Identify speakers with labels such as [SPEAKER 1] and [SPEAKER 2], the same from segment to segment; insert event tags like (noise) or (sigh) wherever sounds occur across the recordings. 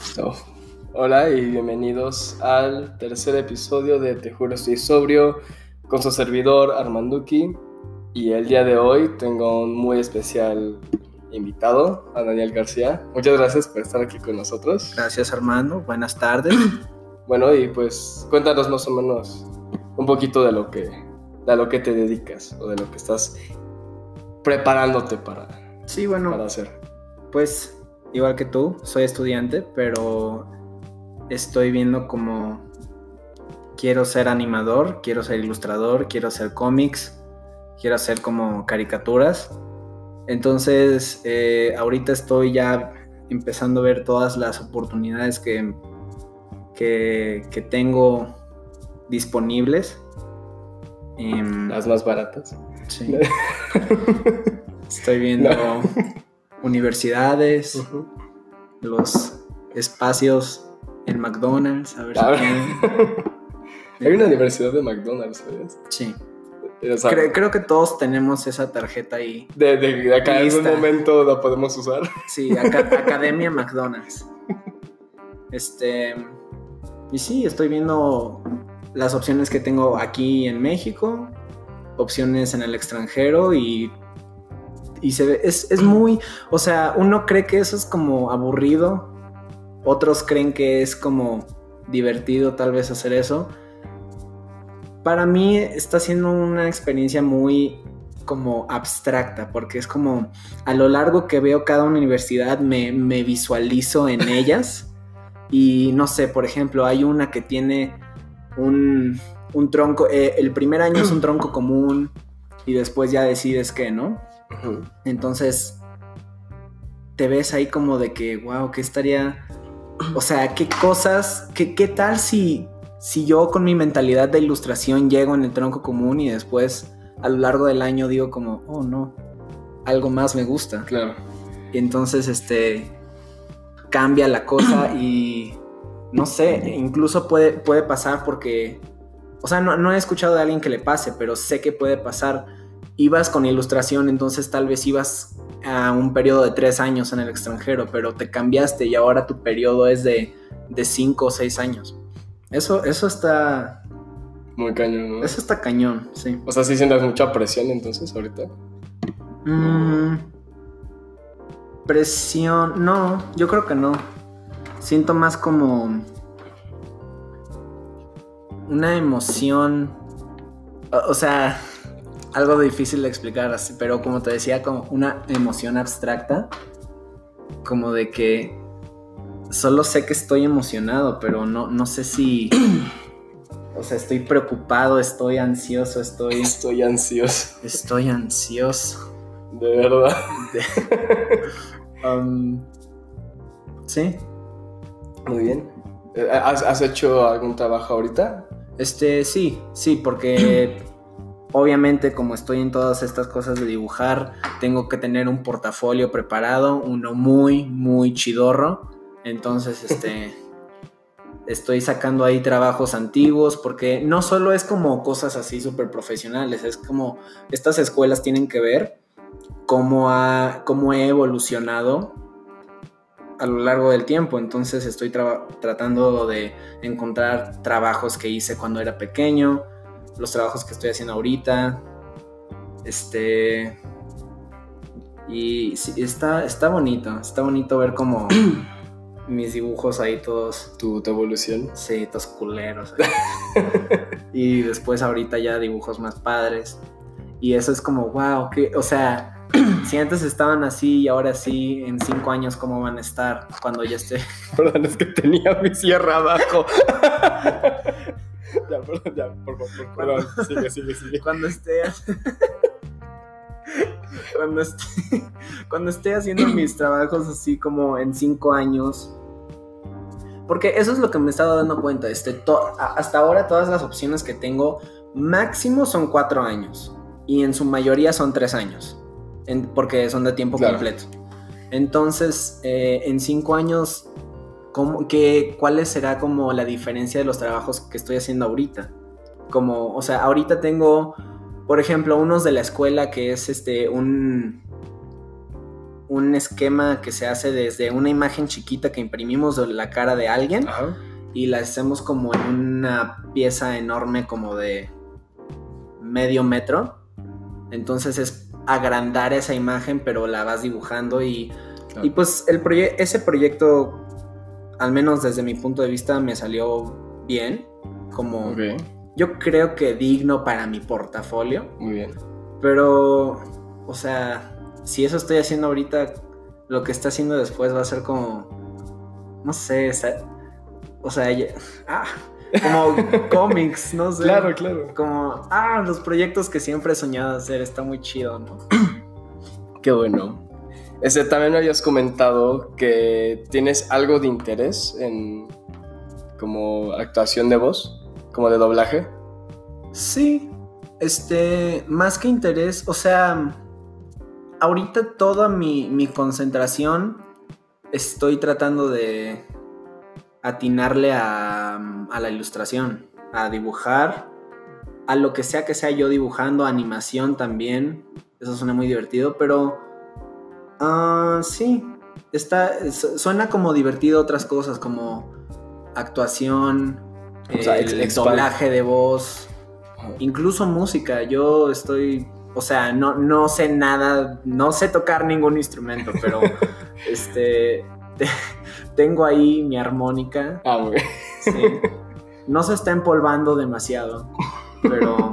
[SPEAKER 1] Listo. Oh. Hola y bienvenidos al tercer episodio de Te juro estoy sobrio con su servidor Armanduki. Y el día de hoy tengo un muy especial invitado, a Daniel García. Muchas gracias por estar aquí con nosotros.
[SPEAKER 2] Gracias, hermano. Buenas tardes.
[SPEAKER 1] Bueno, y pues cuéntanos más o menos un poquito de lo que, de lo que te dedicas o de lo que estás preparándote para,
[SPEAKER 2] (clears throat) Sí, bueno,
[SPEAKER 1] para hacer.
[SPEAKER 2] pues igual que tú, soy estudiante, pero estoy viendo como quiero ser animador, quiero ser ilustrador, quiero hacer cómics, quiero hacer como caricaturas. Entonces, eh, ahorita estoy ya empezando a ver todas las oportunidades que, que, que tengo disponibles. Em,
[SPEAKER 1] Las más baratas.
[SPEAKER 2] sí. (laughs) Estoy viendo universidades,
[SPEAKER 1] Ujú.
[SPEAKER 2] los espacios en McDonald's, a ver
[SPEAKER 1] A
[SPEAKER 2] si
[SPEAKER 1] ver.
[SPEAKER 2] tienen.
[SPEAKER 1] (laughs) Hay una universidad de McDonald's, ¿sabes?
[SPEAKER 2] Sí.
[SPEAKER 1] O sea,
[SPEAKER 2] Cre- creo que todos tenemos esa tarjeta ahí.
[SPEAKER 1] de, de- de acá en
[SPEAKER 2] Lista.
[SPEAKER 1] algún momento la podemos usar.
[SPEAKER 2] Sí, aca- Academia McDonald's. Este. Y sí, estoy viendo las opciones que tengo aquí en México, opciones en el extranjero y. Y se ve, es, es muy, o sea, uno cree que eso es como aburrido, otros creen que es como divertido tal vez hacer eso. Para mí está siendo una experiencia muy como abstracta, porque es como, a lo largo que veo cada universidad me, me visualizo en ellas. Y no sé, por ejemplo, hay una que tiene un, un tronco, eh, el primer año es un tronco común y después ya decides qué, ¿no? Entonces, te ves ahí como de que, wow, ¿qué estaría? O sea, ¿qué cosas? ¿Qué, qué tal si, si yo con mi mentalidad de ilustración llego en el tronco común y después a lo largo del año digo como, oh no, algo más me gusta?
[SPEAKER 1] Claro.
[SPEAKER 2] Y entonces, este, cambia la cosa y, no sé, incluso puede, puede pasar porque, o sea, no, no he escuchado de alguien que le pase, pero sé que puede pasar. Ibas con ilustración, entonces tal vez ibas a un periodo de tres años en el extranjero, pero te cambiaste y ahora tu periodo es de, de cinco o seis años. Eso, eso está,
[SPEAKER 1] Muy cañón, ¿no?
[SPEAKER 2] eso está cañón, sí.
[SPEAKER 1] O sea, sí sientes mucha presión entonces ahorita.
[SPEAKER 2] Mm, presión. No, yo creo que no. Siento más como. Una emoción. O, o sea, algo difícil de explicar, así, pero como te decía, como una emoción abstracta. Como de que. Solo sé que estoy emocionado, pero no, no sé si. O sea, estoy preocupado, estoy ansioso, estoy.
[SPEAKER 1] Estoy ansioso,
[SPEAKER 2] Estoy ansioso.
[SPEAKER 1] de verdad.
[SPEAKER 2] Um, sí.
[SPEAKER 1] Muy bien. Eh, ¿Has, has hecho algún trabajo ahorita?
[SPEAKER 2] Este, sí, sí, porque (clears throat) obviamente como estoy en todas estas cosas de dibujar, tengo que tener un portafolio preparado, uno muy, muy chidorro. Entonces, este, estoy sacando ahí trabajos antiguos, porque no solo es como cosas así súper profesionales, es como estas escuelas tienen que ver cómo, ha, cómo he evolucionado a lo largo del tiempo. Entonces, estoy traba- tratando de encontrar trabajos que hice cuando era pequeño, los trabajos que estoy haciendo ahorita. Este. Y sí, está, está bonito, está bonito ver como mis dibujos ahí todos,
[SPEAKER 1] ¿Tu, tu evolución? (laughs)
[SPEAKER 2] sí, todos culeros. ahí. y después ahorita ya dibujos más padres. Y eso es como, wow, que, o sea, (clears throat) si antes estaban así y ahora sí, en cinco años, ¿cómo van a estar cuando ya esté?
[SPEAKER 1] Perdón, es que tenía mi sierra abajo. (laughs) ya, perdón, ya, por favor, perdón. Sigue, sigue, sigue.
[SPEAKER 2] (laughs) cuando esté cuando esté cuando esté haciendo mis trabajos así como en cinco años porque eso es lo que me he estado dando cuenta este to- a- hasta ahora todas las opciones que tengo máximo son cuatro años y en su mayoría son tres años en- porque son de tiempo
[SPEAKER 1] Claro.
[SPEAKER 2] completo entonces eh, en cinco años ¿cómo, qué, cuál será como la diferencia de los trabajos que estoy haciendo ahorita como, o sea, ahorita tengo, por ejemplo, unos de la escuela que es este, un, un esquema que se hace desde una imagen chiquita que imprimimos de la cara de alguien
[SPEAKER 1] Ajá.
[SPEAKER 2] y la hacemos como en una pieza enorme como de medio metro. Entonces es agrandar esa imagen, pero la vas dibujando y,
[SPEAKER 1] Claro.
[SPEAKER 2] y pues el proye- ese proyecto, al menos desde mi punto de vista, me salió bien. Como
[SPEAKER 1] Ok,
[SPEAKER 2] yo creo que digno para mi portafolio.
[SPEAKER 1] muy bien.
[SPEAKER 2] Pero, o sea, si eso estoy haciendo ahorita, lo que está haciendo después va a ser como, no sé, sa- o sea, ya- ah, (laughs) como cómics, no sé.
[SPEAKER 1] Claro, claro.
[SPEAKER 2] Como, ah, los proyectos que siempre he soñado hacer, está muy chido, ¿no?
[SPEAKER 1] Qué bueno. Este, también me habías comentado que tienes algo de interés en como actuación de voz, como de doblaje.
[SPEAKER 2] Sí, este, más que interés, o sea, ahorita toda mi, mi concentración estoy tratando de atinarle a, a la ilustración, a dibujar, a lo que sea que sea yo dibujando, animación también, eso suena muy divertido, pero ah, sí, está, su- suena como divertido otras cosas, como actuación,
[SPEAKER 1] O sea,
[SPEAKER 2] el
[SPEAKER 1] ex- expand-
[SPEAKER 2] doblaje de voz
[SPEAKER 1] Ajá.
[SPEAKER 2] incluso música. Yo estoy, o sea, no, no sé nada, no sé tocar ningún instrumento,
[SPEAKER 1] (laughs)
[SPEAKER 2] pero este te- (laughs) tengo ahí mi armónica.
[SPEAKER 1] Ah, muy bien.
[SPEAKER 2] sí. No se está empolvando demasiado, pero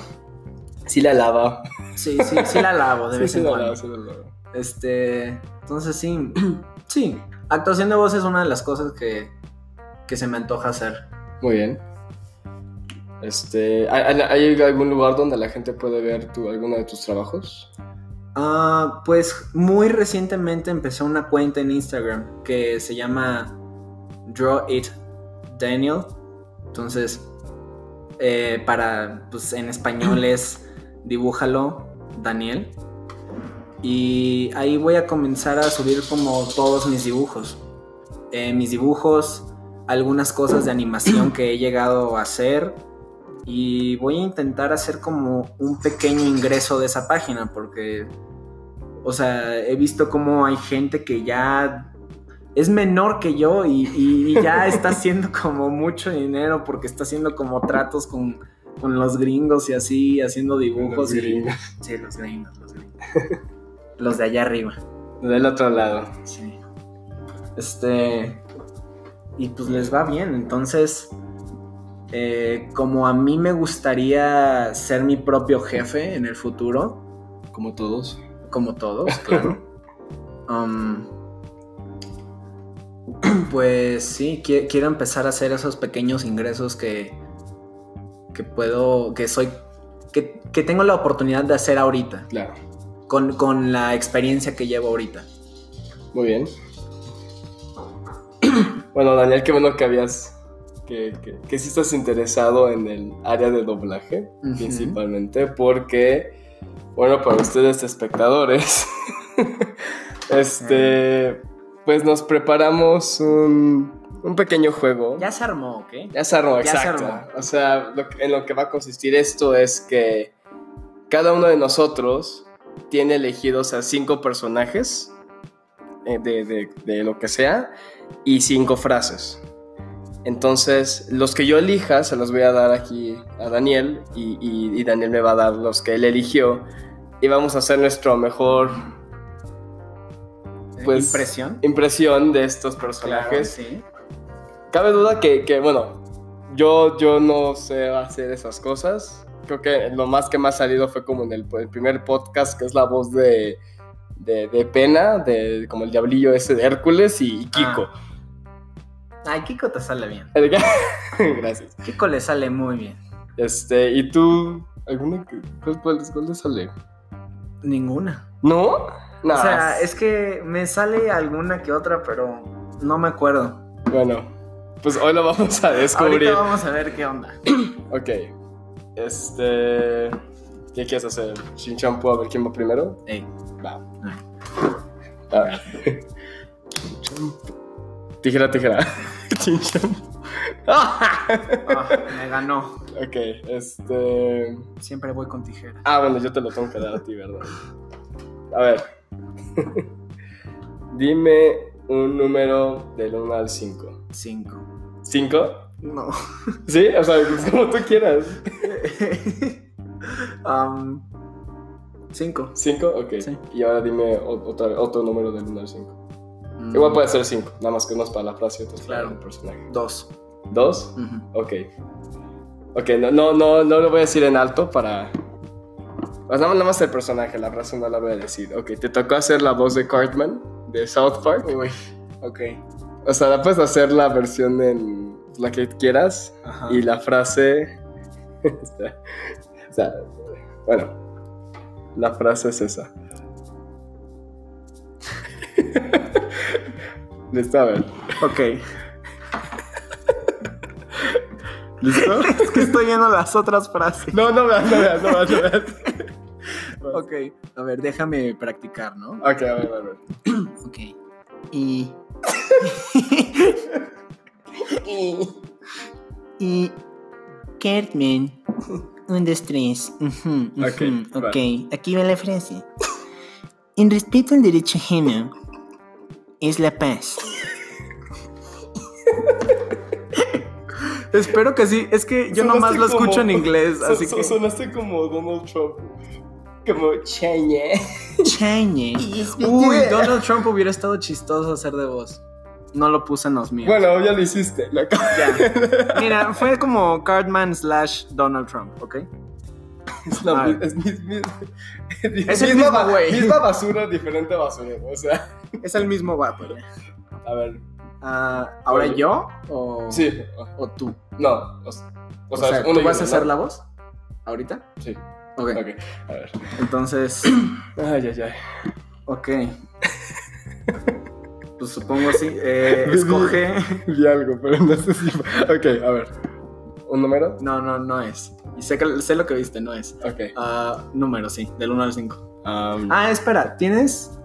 [SPEAKER 1] (laughs) Sí la lava.
[SPEAKER 2] sí, sí, sí la lavo de
[SPEAKER 1] Sí,
[SPEAKER 2] vez
[SPEAKER 1] sí
[SPEAKER 2] en
[SPEAKER 1] la
[SPEAKER 2] cuando.
[SPEAKER 1] lava, sí la lava.
[SPEAKER 2] Este, entonces sí, (clears throat) sí, actuación de voz es una de las cosas que, que se me antoja hacer.
[SPEAKER 1] Muy bien. Este, ¿hay, hay- hay algún lugar donde la gente puede ver tu, alguno de tus trabajos?
[SPEAKER 2] Ah, pues muy recientemente empecé una cuenta en Instagram que se llama Draw It Daniel. Entonces, eh, para, pues en español es dibújalo Daniel. Y ahí voy a comenzar a subir como todos mis dibujos. Eh, mis dibujos, algunas cosas de animación que he llegado a hacer. Y voy a intentar hacer como un pequeño ingreso de esa página porque o sea, he visto cómo hay gente que ya es menor que yo y, y- y ya está haciendo como mucho dinero porque está haciendo como tratos con, con los gringos y así, haciendo dibujos. y-
[SPEAKER 1] Gringos.
[SPEAKER 2] Sí, los gringos, los gringos. los de allá arriba.
[SPEAKER 1] Del otro lado.
[SPEAKER 2] Sí. Este. Y pues les va bien. Entonces. eh, como a mí me gustaría ser mi propio jefe en el futuro.
[SPEAKER 1] Como todos.
[SPEAKER 2] Como todos, claro. um, pues sí, qui- quiero empezar a hacer esos pequeños ingresos que. que puedo. que soy. que, que tengo la oportunidad de hacer ahorita.
[SPEAKER 1] Claro.
[SPEAKER 2] Con, con la experiencia que llevo ahorita.
[SPEAKER 1] Muy bien. (clears throat) Bueno, Daniel, qué bueno que habías. Que, que, que sí estás interesado en el área de doblaje,
[SPEAKER 2] Ujú.
[SPEAKER 1] principalmente, porque, bueno, para ustedes espectadores, (laughs) este. Pues nos preparamos un, un pequeño juego.
[SPEAKER 2] Ya se armó, ¿ok?
[SPEAKER 1] Ya se armó,
[SPEAKER 2] Ya se
[SPEAKER 1] exacto.
[SPEAKER 2] armó.
[SPEAKER 1] O sea, lo que- en lo que va a consistir esto es que cada uno de nosotros tiene elegidos a cinco personajes eh, de, de- de lo que sea y cinco frases. Entonces, los que yo elija se los voy a dar aquí a Daniel y, y- y Daniel me va a dar los que él eligió y vamos a hacer nuestro mejor Pues,
[SPEAKER 2] Impresión.
[SPEAKER 1] impresión de estos
[SPEAKER 2] Claro,
[SPEAKER 1] personajes.
[SPEAKER 2] sí.
[SPEAKER 1] Cabe duda que, que, bueno, yo, yo no sé hacer esas cosas. Creo que lo más que me ha salido fue como en el, el primer podcast, que es la voz de, de, de Pena, de como el diablillo ese de Hércules y, Kiko.
[SPEAKER 2] Ah. Ay, Kiko te sale bien.
[SPEAKER 1] El que- (laughs) Gracias.
[SPEAKER 2] Kiko le sale muy bien.
[SPEAKER 1] Este, ¿y tú? ¿Alguna? que- ¿Cuál, cuál, cuál te sale?
[SPEAKER 2] Ninguna.
[SPEAKER 1] ¿No?
[SPEAKER 2] O
[SPEAKER 1] Nah,
[SPEAKER 2] sea, es que me sale alguna que otra, pero no me acuerdo.
[SPEAKER 1] Bueno, pues hoy lo vamos a descubrir.
[SPEAKER 2] Ahorita vamos a ver qué onda.
[SPEAKER 1] Ok. Este... ¿Qué quieres hacer? ¿Sin champú a ver quién va primero?
[SPEAKER 2] Ey,
[SPEAKER 1] Va. A ver. Tijera,
[SPEAKER 2] (laughs)
[SPEAKER 1] tijera. Chinchón.
[SPEAKER 2] ah, me ganó.
[SPEAKER 1] (laughs) ok, este.
[SPEAKER 2] Siempre voy con tijera.
[SPEAKER 1] Ah, bueno, yo te lo tengo que dar a ti, ¿verdad? A ver. (laughs) Dime un número del 1 al 5.
[SPEAKER 2] Cinco.
[SPEAKER 1] ¿5?
[SPEAKER 2] (laughs) No.
[SPEAKER 1] Sí, o sea, pues, como tú quieras.
[SPEAKER 2] Am, Um, cinco.
[SPEAKER 1] ¿5? Ok.
[SPEAKER 2] Sí.
[SPEAKER 1] Y ahora dime o- otra, otro número del 1 al 5. Igual puede ser 5, nada más que no es para la frase, entonces para
[SPEAKER 2] Claro.
[SPEAKER 1] el personaje.
[SPEAKER 2] Dos.
[SPEAKER 1] ¿Dos?
[SPEAKER 2] Ujú.
[SPEAKER 1] Ok. Ok, no, no, no, no lo voy a decir en alto para. Pues nada, nada más el personaje, la frase no la voy a decir. Ok, te tocó hacer la voz de Cartman de South Park.
[SPEAKER 2] Uy, ok.
[SPEAKER 1] O sea, la puedes hacer la versión en la que quieras.
[SPEAKER 2] Ajá.
[SPEAKER 1] Y la frase. (laughs) espera. o sea, bueno. La frase es esa. (laughs) Listo, a ver.
[SPEAKER 2] Ok.
[SPEAKER 1] ¿Listo?
[SPEAKER 2] es que estoy viendo las otras frases.
[SPEAKER 1] (laughs) No, no veas, no veas, no veas, no veas.
[SPEAKER 2] (laughs) Ok. A ver, déjame practicar, ¿no?
[SPEAKER 1] Ok, a ver, a ver.
[SPEAKER 2] Ok. Y. y. Cartman. Un, dos, tres. Ujú, ujú,
[SPEAKER 1] Ok, va.
[SPEAKER 2] ok. aquí va la frase. En respeto al derecho ajeno es la paz. Espero que sí. Es que
[SPEAKER 1] yo nomás lo escucho en (laughs)
[SPEAKER 2] inglés,
[SPEAKER 1] Su- su- Sonaste como Donald Trump. Como Cheñe. (laughs)
[SPEAKER 2] Chanye. Uy, Donald Trump hubiera estado chistoso hacer de voz. No lo puse en los míos.
[SPEAKER 1] Bueno, ya lo hiciste. lo acabo-
[SPEAKER 2] Ya. Mira, fue como Cartman slash Donald Trump, ¿ok?
[SPEAKER 1] (laughs) Es, la-
[SPEAKER 2] A ver.
[SPEAKER 1] es mi- mi-
[SPEAKER 2] Es el
[SPEAKER 1] misma
[SPEAKER 2] mismo
[SPEAKER 1] ba-
[SPEAKER 2] güey.
[SPEAKER 1] Misma basura, diferente basura. O sea,
[SPEAKER 2] Es el mismo ¿eh? guapo. ya.
[SPEAKER 1] a ver.
[SPEAKER 2] Ah, ¿Ahora
[SPEAKER 1] Oye.
[SPEAKER 2] yo o,
[SPEAKER 1] Sí.
[SPEAKER 2] o tú?
[SPEAKER 1] No. O, sea, o sea,
[SPEAKER 2] ¿tú
[SPEAKER 1] uno y
[SPEAKER 2] vas
[SPEAKER 1] uno,
[SPEAKER 2] a hacer
[SPEAKER 1] ¿no?
[SPEAKER 2] la voz? ¿Ahorita?
[SPEAKER 1] Sí.
[SPEAKER 2] Ok.
[SPEAKER 1] Ok, a ver. (clears throat)
[SPEAKER 2] Entonces,
[SPEAKER 1] Ay, ay, ay. (laughs)
[SPEAKER 2] ok. Pues supongo sí. eh,
[SPEAKER 1] (laughs)
[SPEAKER 2] escoge.
[SPEAKER 1] Vi algo, pero no sé si. Ok, a ver. ¿Un número?
[SPEAKER 2] No, no, no es. Y sé, que, sé lo que viste, no es.
[SPEAKER 1] Ok.
[SPEAKER 2] Ah, número, sí, del 1 al 5.
[SPEAKER 1] Um,
[SPEAKER 2] Ah, espera, tienes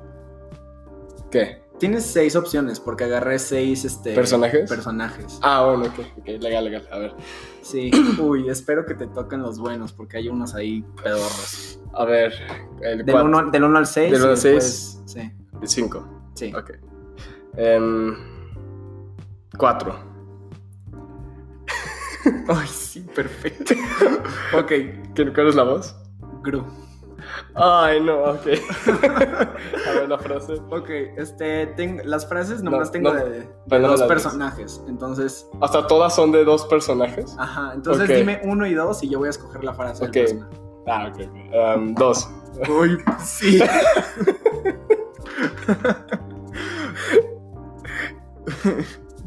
[SPEAKER 1] ¿Qué?
[SPEAKER 2] Tienes seis opciones porque agarré seis este,
[SPEAKER 1] ¿Personajes?
[SPEAKER 2] personajes.
[SPEAKER 1] Ah, bueno, ok. Ok, legal, legal. A ver. (clears throat)
[SPEAKER 2] Sí. Uy, espero que te toquen los buenos porque hay unos ahí pedorros.
[SPEAKER 1] A ver. El
[SPEAKER 2] Del 1 del uno al 6.
[SPEAKER 1] Del uno al seis.
[SPEAKER 2] seis. Sí.
[SPEAKER 1] 5.
[SPEAKER 2] Sí.
[SPEAKER 1] Ok. Em, cuatro.
[SPEAKER 2] Ay, sí,
[SPEAKER 1] (laughs)
[SPEAKER 2] perfecto. ok,
[SPEAKER 1] ¿Quién- ¿Cuál es la voz?
[SPEAKER 2] Gru.
[SPEAKER 1] Ay, no, ok. (laughs) A ver la frase.
[SPEAKER 2] Ok, este, tengo, las frases nomás
[SPEAKER 1] No,
[SPEAKER 2] tengo
[SPEAKER 1] no,
[SPEAKER 2] de, de
[SPEAKER 1] pero no
[SPEAKER 2] dos
[SPEAKER 1] las ves.
[SPEAKER 2] personajes. Entonces,
[SPEAKER 1] Hasta todas son de dos personajes.
[SPEAKER 2] ajá. Entonces
[SPEAKER 1] Ok.
[SPEAKER 2] dime uno y dos y yo voy a escoger la frase. del
[SPEAKER 1] Ok.
[SPEAKER 2] personaje.
[SPEAKER 1] Ah, ok. ok. Em, dos.
[SPEAKER 2] Uy,
[SPEAKER 1] (laughs)
[SPEAKER 2] sí.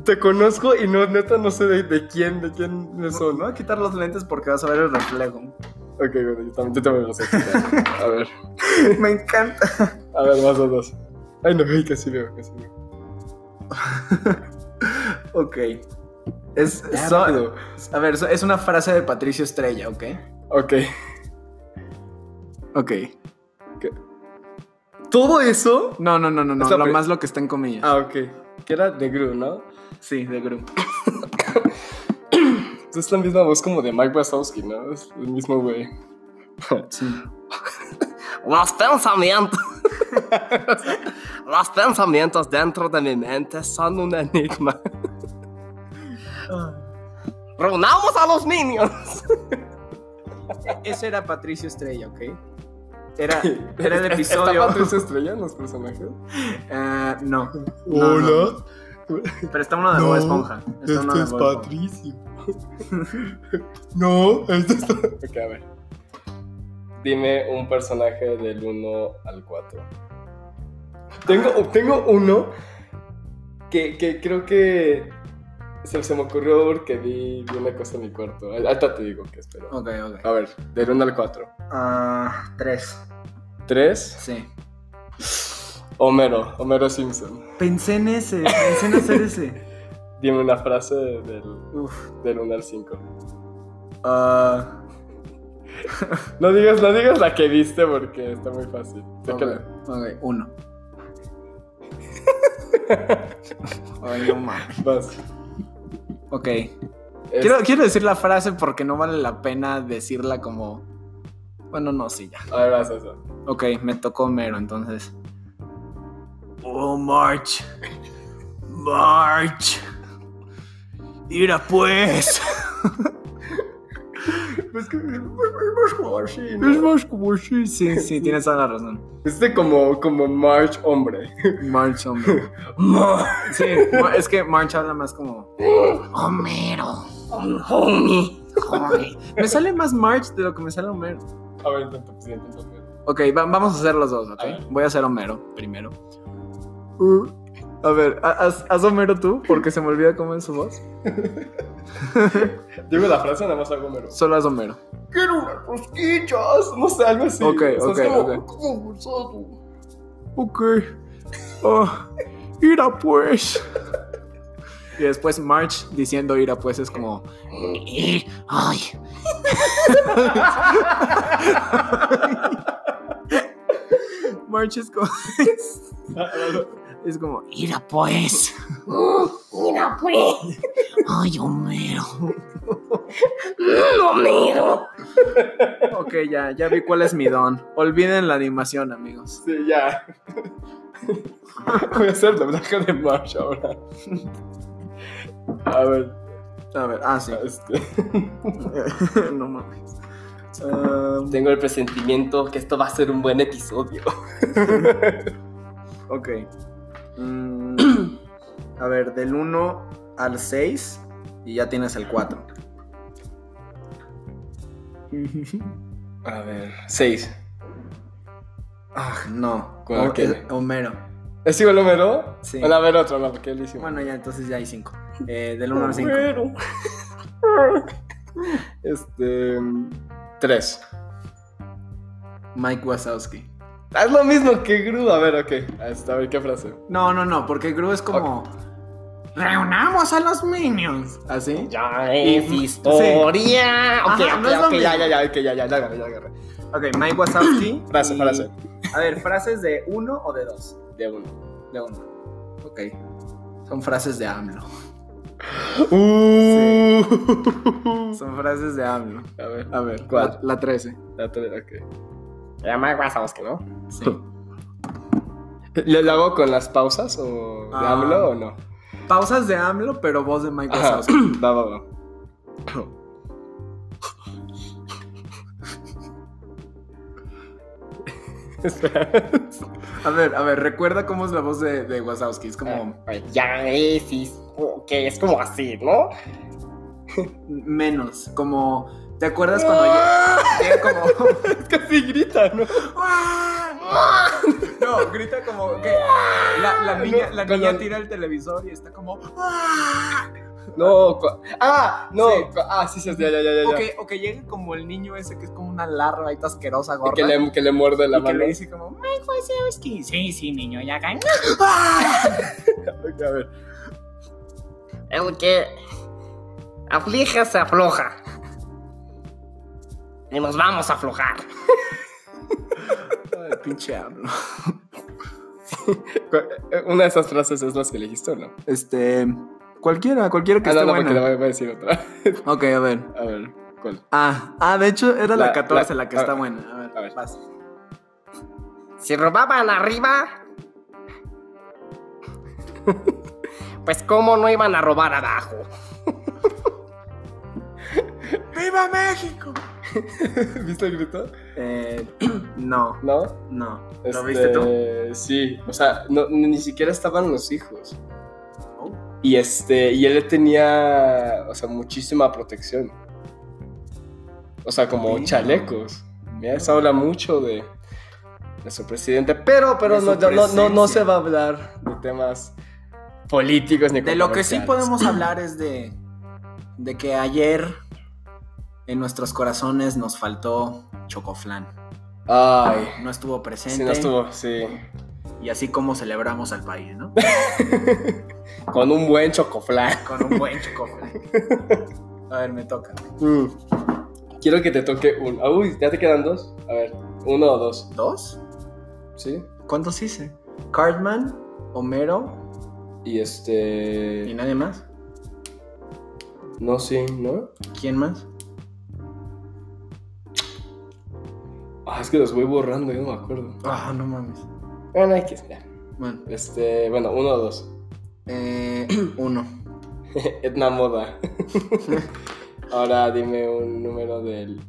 [SPEAKER 1] Te conozco y no, neta, no sé de, de quién, de quién
[SPEAKER 2] Eso, no voy a quitar los lentes porque vas a ver el reflejo.
[SPEAKER 1] Ok, bueno, yo también, yo también lo sé. A ver,
[SPEAKER 2] Me encanta.
[SPEAKER 1] a ver, más o dos. Ay, no, ay, casi veo, casi veo.
[SPEAKER 2] Ok. Es, son,
[SPEAKER 1] Rápido.
[SPEAKER 2] A ver, es una frase de Patricio Estrella, ¿ok?
[SPEAKER 1] Ok.
[SPEAKER 2] Ok.
[SPEAKER 1] ¿Todo eso?
[SPEAKER 2] No, no, no, no, no.
[SPEAKER 1] Es la
[SPEAKER 2] Lo
[SPEAKER 1] pri-
[SPEAKER 2] más lo que está en comillas.
[SPEAKER 1] Ah, ok. Que era de Gru, ¿no?
[SPEAKER 2] Sí, de Gru.
[SPEAKER 1] Es la misma voz como de Mike Wazowski, ¿no? Es el mismo güey.
[SPEAKER 2] Sí.
[SPEAKER 1] (laughs) Los
[SPEAKER 2] (laughs)
[SPEAKER 1] pensamientos. Los pensamientos dentro de mi mente son un enigma.
[SPEAKER 2] Ah.
[SPEAKER 1] Reunamos a los niños.
[SPEAKER 2] Ese era Patricio Estrella, ¿ok? (laughs) Era,
[SPEAKER 1] (laughs)
[SPEAKER 2] era el episodio.
[SPEAKER 1] ¿Está Patricio Estrella en los personajes?
[SPEAKER 2] (laughs) Ah, no, No, no.
[SPEAKER 1] Hola,
[SPEAKER 2] pero está uno de Bob
[SPEAKER 1] No,
[SPEAKER 2] Esponja. Está uno
[SPEAKER 1] este
[SPEAKER 2] de
[SPEAKER 1] es
[SPEAKER 2] Bob Esponja.
[SPEAKER 1] Patricio. (laughs) no, este es... Ok, a ver. Dime un personaje del 1 al 4. Tengo, tengo uno que, que creo que se, se me ocurrió porque vi, vi una cosa en mi cuarto. Ahorita te digo que espero.
[SPEAKER 2] Ok, ok.
[SPEAKER 1] A ver, del 1 al 4.
[SPEAKER 2] Ah, tres.
[SPEAKER 1] 3.
[SPEAKER 2] Sí.
[SPEAKER 1] Homero, Homero Simpson.
[SPEAKER 2] Pensé en ese, pensé en hacer ese.
[SPEAKER 1] Dime una frase del,
[SPEAKER 2] Uf.
[SPEAKER 1] del 1 al 5.
[SPEAKER 2] (laughs) Ah,
[SPEAKER 1] No digas, no digas la que viste porque está muy fácil. Sé
[SPEAKER 2] ok,
[SPEAKER 1] que la-
[SPEAKER 2] ok, (laughs) uno. Ay, no mames.
[SPEAKER 1] vas.
[SPEAKER 2] Ok.
[SPEAKER 1] Es-
[SPEAKER 2] Quiero, quiero decir la frase porque no vale la pena decirla como. Bueno, no, sí, ya.
[SPEAKER 1] A ver, vas, vas, vas.
[SPEAKER 2] Ok, me tocó mero, entonces. Oh, March. March. Mira pues.
[SPEAKER 1] Pues que es como así,
[SPEAKER 2] (laughs) Es
[SPEAKER 1] ¿no?
[SPEAKER 2] más como sí, sí, sí, tienes toda la razón.
[SPEAKER 1] Este como, como March hombre.
[SPEAKER 2] March, hombre.
[SPEAKER 1] March,
[SPEAKER 2] Sí, ma- es que March habla más como Homero.
[SPEAKER 1] homie.
[SPEAKER 2] Joder. Me sale más March de lo que me sale Homero.
[SPEAKER 1] A ver, intenta, pues, intenta, pues.
[SPEAKER 2] Ok, va- vamos a hacer los dos, ¿ok?
[SPEAKER 1] A ver.
[SPEAKER 2] Voy a hacer Homero primero. Uh, a ver, ha- haz, haz Homero tú, porque se me olvida cómo es su voz.
[SPEAKER 1] Digo la frase, nada más hago mero.
[SPEAKER 2] Solo haz Homero.
[SPEAKER 1] Quiero unas rosquillas. No sé, algo así.
[SPEAKER 2] Ok,
[SPEAKER 1] O sea, es
[SPEAKER 2] ok,
[SPEAKER 1] como-
[SPEAKER 2] ok.
[SPEAKER 1] como gusano.
[SPEAKER 2] Ok. Ah, ira pues. Y después March diciendo ira pues es como. "Ir- Ay. (laughs) March es como. Es como. Ira pues.
[SPEAKER 1] Mira, pues.
[SPEAKER 2] Ay, Homero.
[SPEAKER 1] No miro.
[SPEAKER 2] Ok, ya, ya vi cuál es mi don. Olviden la animación, amigos.
[SPEAKER 1] Sí, ya. (laughs) Voy a hacer doblaje de March ahora. A ver,
[SPEAKER 2] A ver,
[SPEAKER 1] (laughs)
[SPEAKER 2] ah, sí. (laughs)
[SPEAKER 1] este.
[SPEAKER 2] no mames. Ah,
[SPEAKER 1] Tengo el presentimiento que esto va a ser un buen episodio.
[SPEAKER 2] Ok. Mm, a ver, del 1 al 6 y ya tienes
[SPEAKER 1] (laughs)
[SPEAKER 2] el 4.
[SPEAKER 1] A ver, 6.
[SPEAKER 2] Ah, no.
[SPEAKER 1] ¿Cuál
[SPEAKER 2] O-
[SPEAKER 1] qué?
[SPEAKER 2] eh, Homero.
[SPEAKER 1] ¿Es igual Homero?
[SPEAKER 2] Sí.
[SPEAKER 1] Bueno, a ver, otro, no, porque él hizo.
[SPEAKER 2] Bueno, ya entonces ya hay 5. del 1 al 5.
[SPEAKER 1] Homero. (laughs) Este. 3.
[SPEAKER 2] Mike Wazowski.
[SPEAKER 1] Ah, Es lo mismo que Gru. A ver, ok. Hasta, a ver, ¿qué frase?
[SPEAKER 2] No, no, no, porque Gru es como. ¡Reunamos a los minions!
[SPEAKER 1] ¿Ah,
[SPEAKER 2] ¿Así?
[SPEAKER 1] Ya
[SPEAKER 2] es historia.
[SPEAKER 1] Ok,
[SPEAKER 2] Ajá,
[SPEAKER 1] ok,
[SPEAKER 2] no es lo
[SPEAKER 1] ok, ya,
[SPEAKER 2] mismo.
[SPEAKER 1] ya, ya, ok, ya, ya, ya, agarré, ya, agarré.
[SPEAKER 2] Ok, Mike Wazowski.
[SPEAKER 1] Frase,
[SPEAKER 2] y-
[SPEAKER 1] frase.
[SPEAKER 2] A ver, frases de 1 o de 2.
[SPEAKER 1] De uno.
[SPEAKER 2] De 1. Ok. Son frases de AMLO. Son frases de AMLO.
[SPEAKER 1] Uh. (laughs) A ver,
[SPEAKER 2] A ver,
[SPEAKER 1] ¿Cuál?
[SPEAKER 2] La, la 13.
[SPEAKER 1] la tres, ok. Llama Wazowski, ¿no?
[SPEAKER 2] Sí.
[SPEAKER 1] ¿Lo, lo hago con las pausas o
[SPEAKER 2] Ah.
[SPEAKER 1] hablo o no?
[SPEAKER 2] Pausas de AMLO, pero voz de Mike
[SPEAKER 1] Ajá.
[SPEAKER 2] Wazowski.
[SPEAKER 1] Va, va, va. Espera.
[SPEAKER 2] A ver, a ver, recuerda cómo es la voz de, de Wazowski. Es como
[SPEAKER 1] Eh, ya es, es- que es como así, ¿no?
[SPEAKER 2] menos, como... ¿Te acuerdas cuando
[SPEAKER 1] Ah.
[SPEAKER 2] llega, llega
[SPEAKER 1] (laughs)
[SPEAKER 2] como...
[SPEAKER 1] Es casi grita, ¿no?
[SPEAKER 2] No, grita como que la, la niña, la
[SPEAKER 1] Ah, No,
[SPEAKER 2] niña
[SPEAKER 1] cuando-
[SPEAKER 2] tira el televisor y está como... "Ah".
[SPEAKER 1] No, cu- ah, no,
[SPEAKER 2] Sí.
[SPEAKER 1] cu- ah, sí, sí, ya, ya, ya, ya.
[SPEAKER 2] O que, o que llega como el niño ese que es como una larva y está asquerosa,
[SPEAKER 1] Y
[SPEAKER 2] gorda.
[SPEAKER 1] Que le, que le muerde la
[SPEAKER 2] y que
[SPEAKER 1] mano.
[SPEAKER 2] le dice como... Mike Wazowski. Sí, sí, niño, ya gané.
[SPEAKER 1] Ok, a ver.
[SPEAKER 3] El que aflige se afloja. Y nos vamos a aflojar.
[SPEAKER 2] Ay, pinche AMLO.
[SPEAKER 1] Cu- eh, Una de esas frases es las que elegiste, ¿o no?
[SPEAKER 2] Este... Cualquiera, cualquiera que
[SPEAKER 1] Ah,
[SPEAKER 2] esté
[SPEAKER 1] no, no,
[SPEAKER 2] buena.
[SPEAKER 1] porque le voy a- voy a decir otra.
[SPEAKER 2] Ok, a ver.
[SPEAKER 1] A ver, ¿cuál?
[SPEAKER 2] Ah, ah, de hecho era la,
[SPEAKER 1] La-
[SPEAKER 2] 14
[SPEAKER 1] la-
[SPEAKER 2] la, que
[SPEAKER 1] a
[SPEAKER 2] está
[SPEAKER 1] ver,
[SPEAKER 2] buena. A ver,
[SPEAKER 1] a ver.
[SPEAKER 2] vas.
[SPEAKER 3] Si robaban arriba, pues cómo no iban a robar abajo.
[SPEAKER 2] ¡Viva México!
[SPEAKER 1] (laughs) ¿Viste el grito?
[SPEAKER 2] Eh, (clears throat) no,
[SPEAKER 1] ¿No?
[SPEAKER 2] no. ¿Lo
[SPEAKER 1] Este,
[SPEAKER 2] viste tú?
[SPEAKER 1] Sí, o sea, no- ni ni siquiera estaban los hijos.
[SPEAKER 2] Oh.
[SPEAKER 1] Y este, y él le tenía, o sea, muchísima protección. O sea, como
[SPEAKER 2] Mira.
[SPEAKER 1] chalecos. Mira, eso habla mucho de, de su presidente, pero, pero
[SPEAKER 2] De
[SPEAKER 1] no,
[SPEAKER 2] su
[SPEAKER 1] no, no, no,
[SPEAKER 2] presencia.
[SPEAKER 1] se va a hablar de temas políticos ni
[SPEAKER 2] De lo que sí
[SPEAKER 1] controversiales. (clears throat)
[SPEAKER 2] podemos hablar es de, de que ayer en nuestros corazones nos faltó Chocoflan.
[SPEAKER 1] Ay,
[SPEAKER 2] No estuvo presente.
[SPEAKER 1] sí, no estuvo, sí.
[SPEAKER 2] Y así como celebramos al
[SPEAKER 1] (laughs)
[SPEAKER 2] país, ¿no?
[SPEAKER 1] Con un buen chocoflan.
[SPEAKER 2] Con un buen Chocoflan. A ver, me toca.
[SPEAKER 1] Mm. Quiero que te toque un. ah, Uy, ya te quedan dos. A ver, uno o dos.
[SPEAKER 2] ¿Dos?
[SPEAKER 1] ¿Sí?
[SPEAKER 2] ¿Cuántos hice? Cartman, Homero
[SPEAKER 1] Y
[SPEAKER 2] y
[SPEAKER 1] este.
[SPEAKER 2] nadie más.
[SPEAKER 1] No, sí, ¿no?
[SPEAKER 2] ¿Quién más?
[SPEAKER 1] Ah, es que los voy borrando, yo no me acuerdo.
[SPEAKER 2] Ah, no mames.
[SPEAKER 1] Bueno, Ah, hay que esperar.
[SPEAKER 2] Bueno,
[SPEAKER 1] Este, bueno, uno o dos. (laughs)
[SPEAKER 2] eh, (clears throat) uno.
[SPEAKER 1] Etna Moda. (laughs) Ahora dime un número del.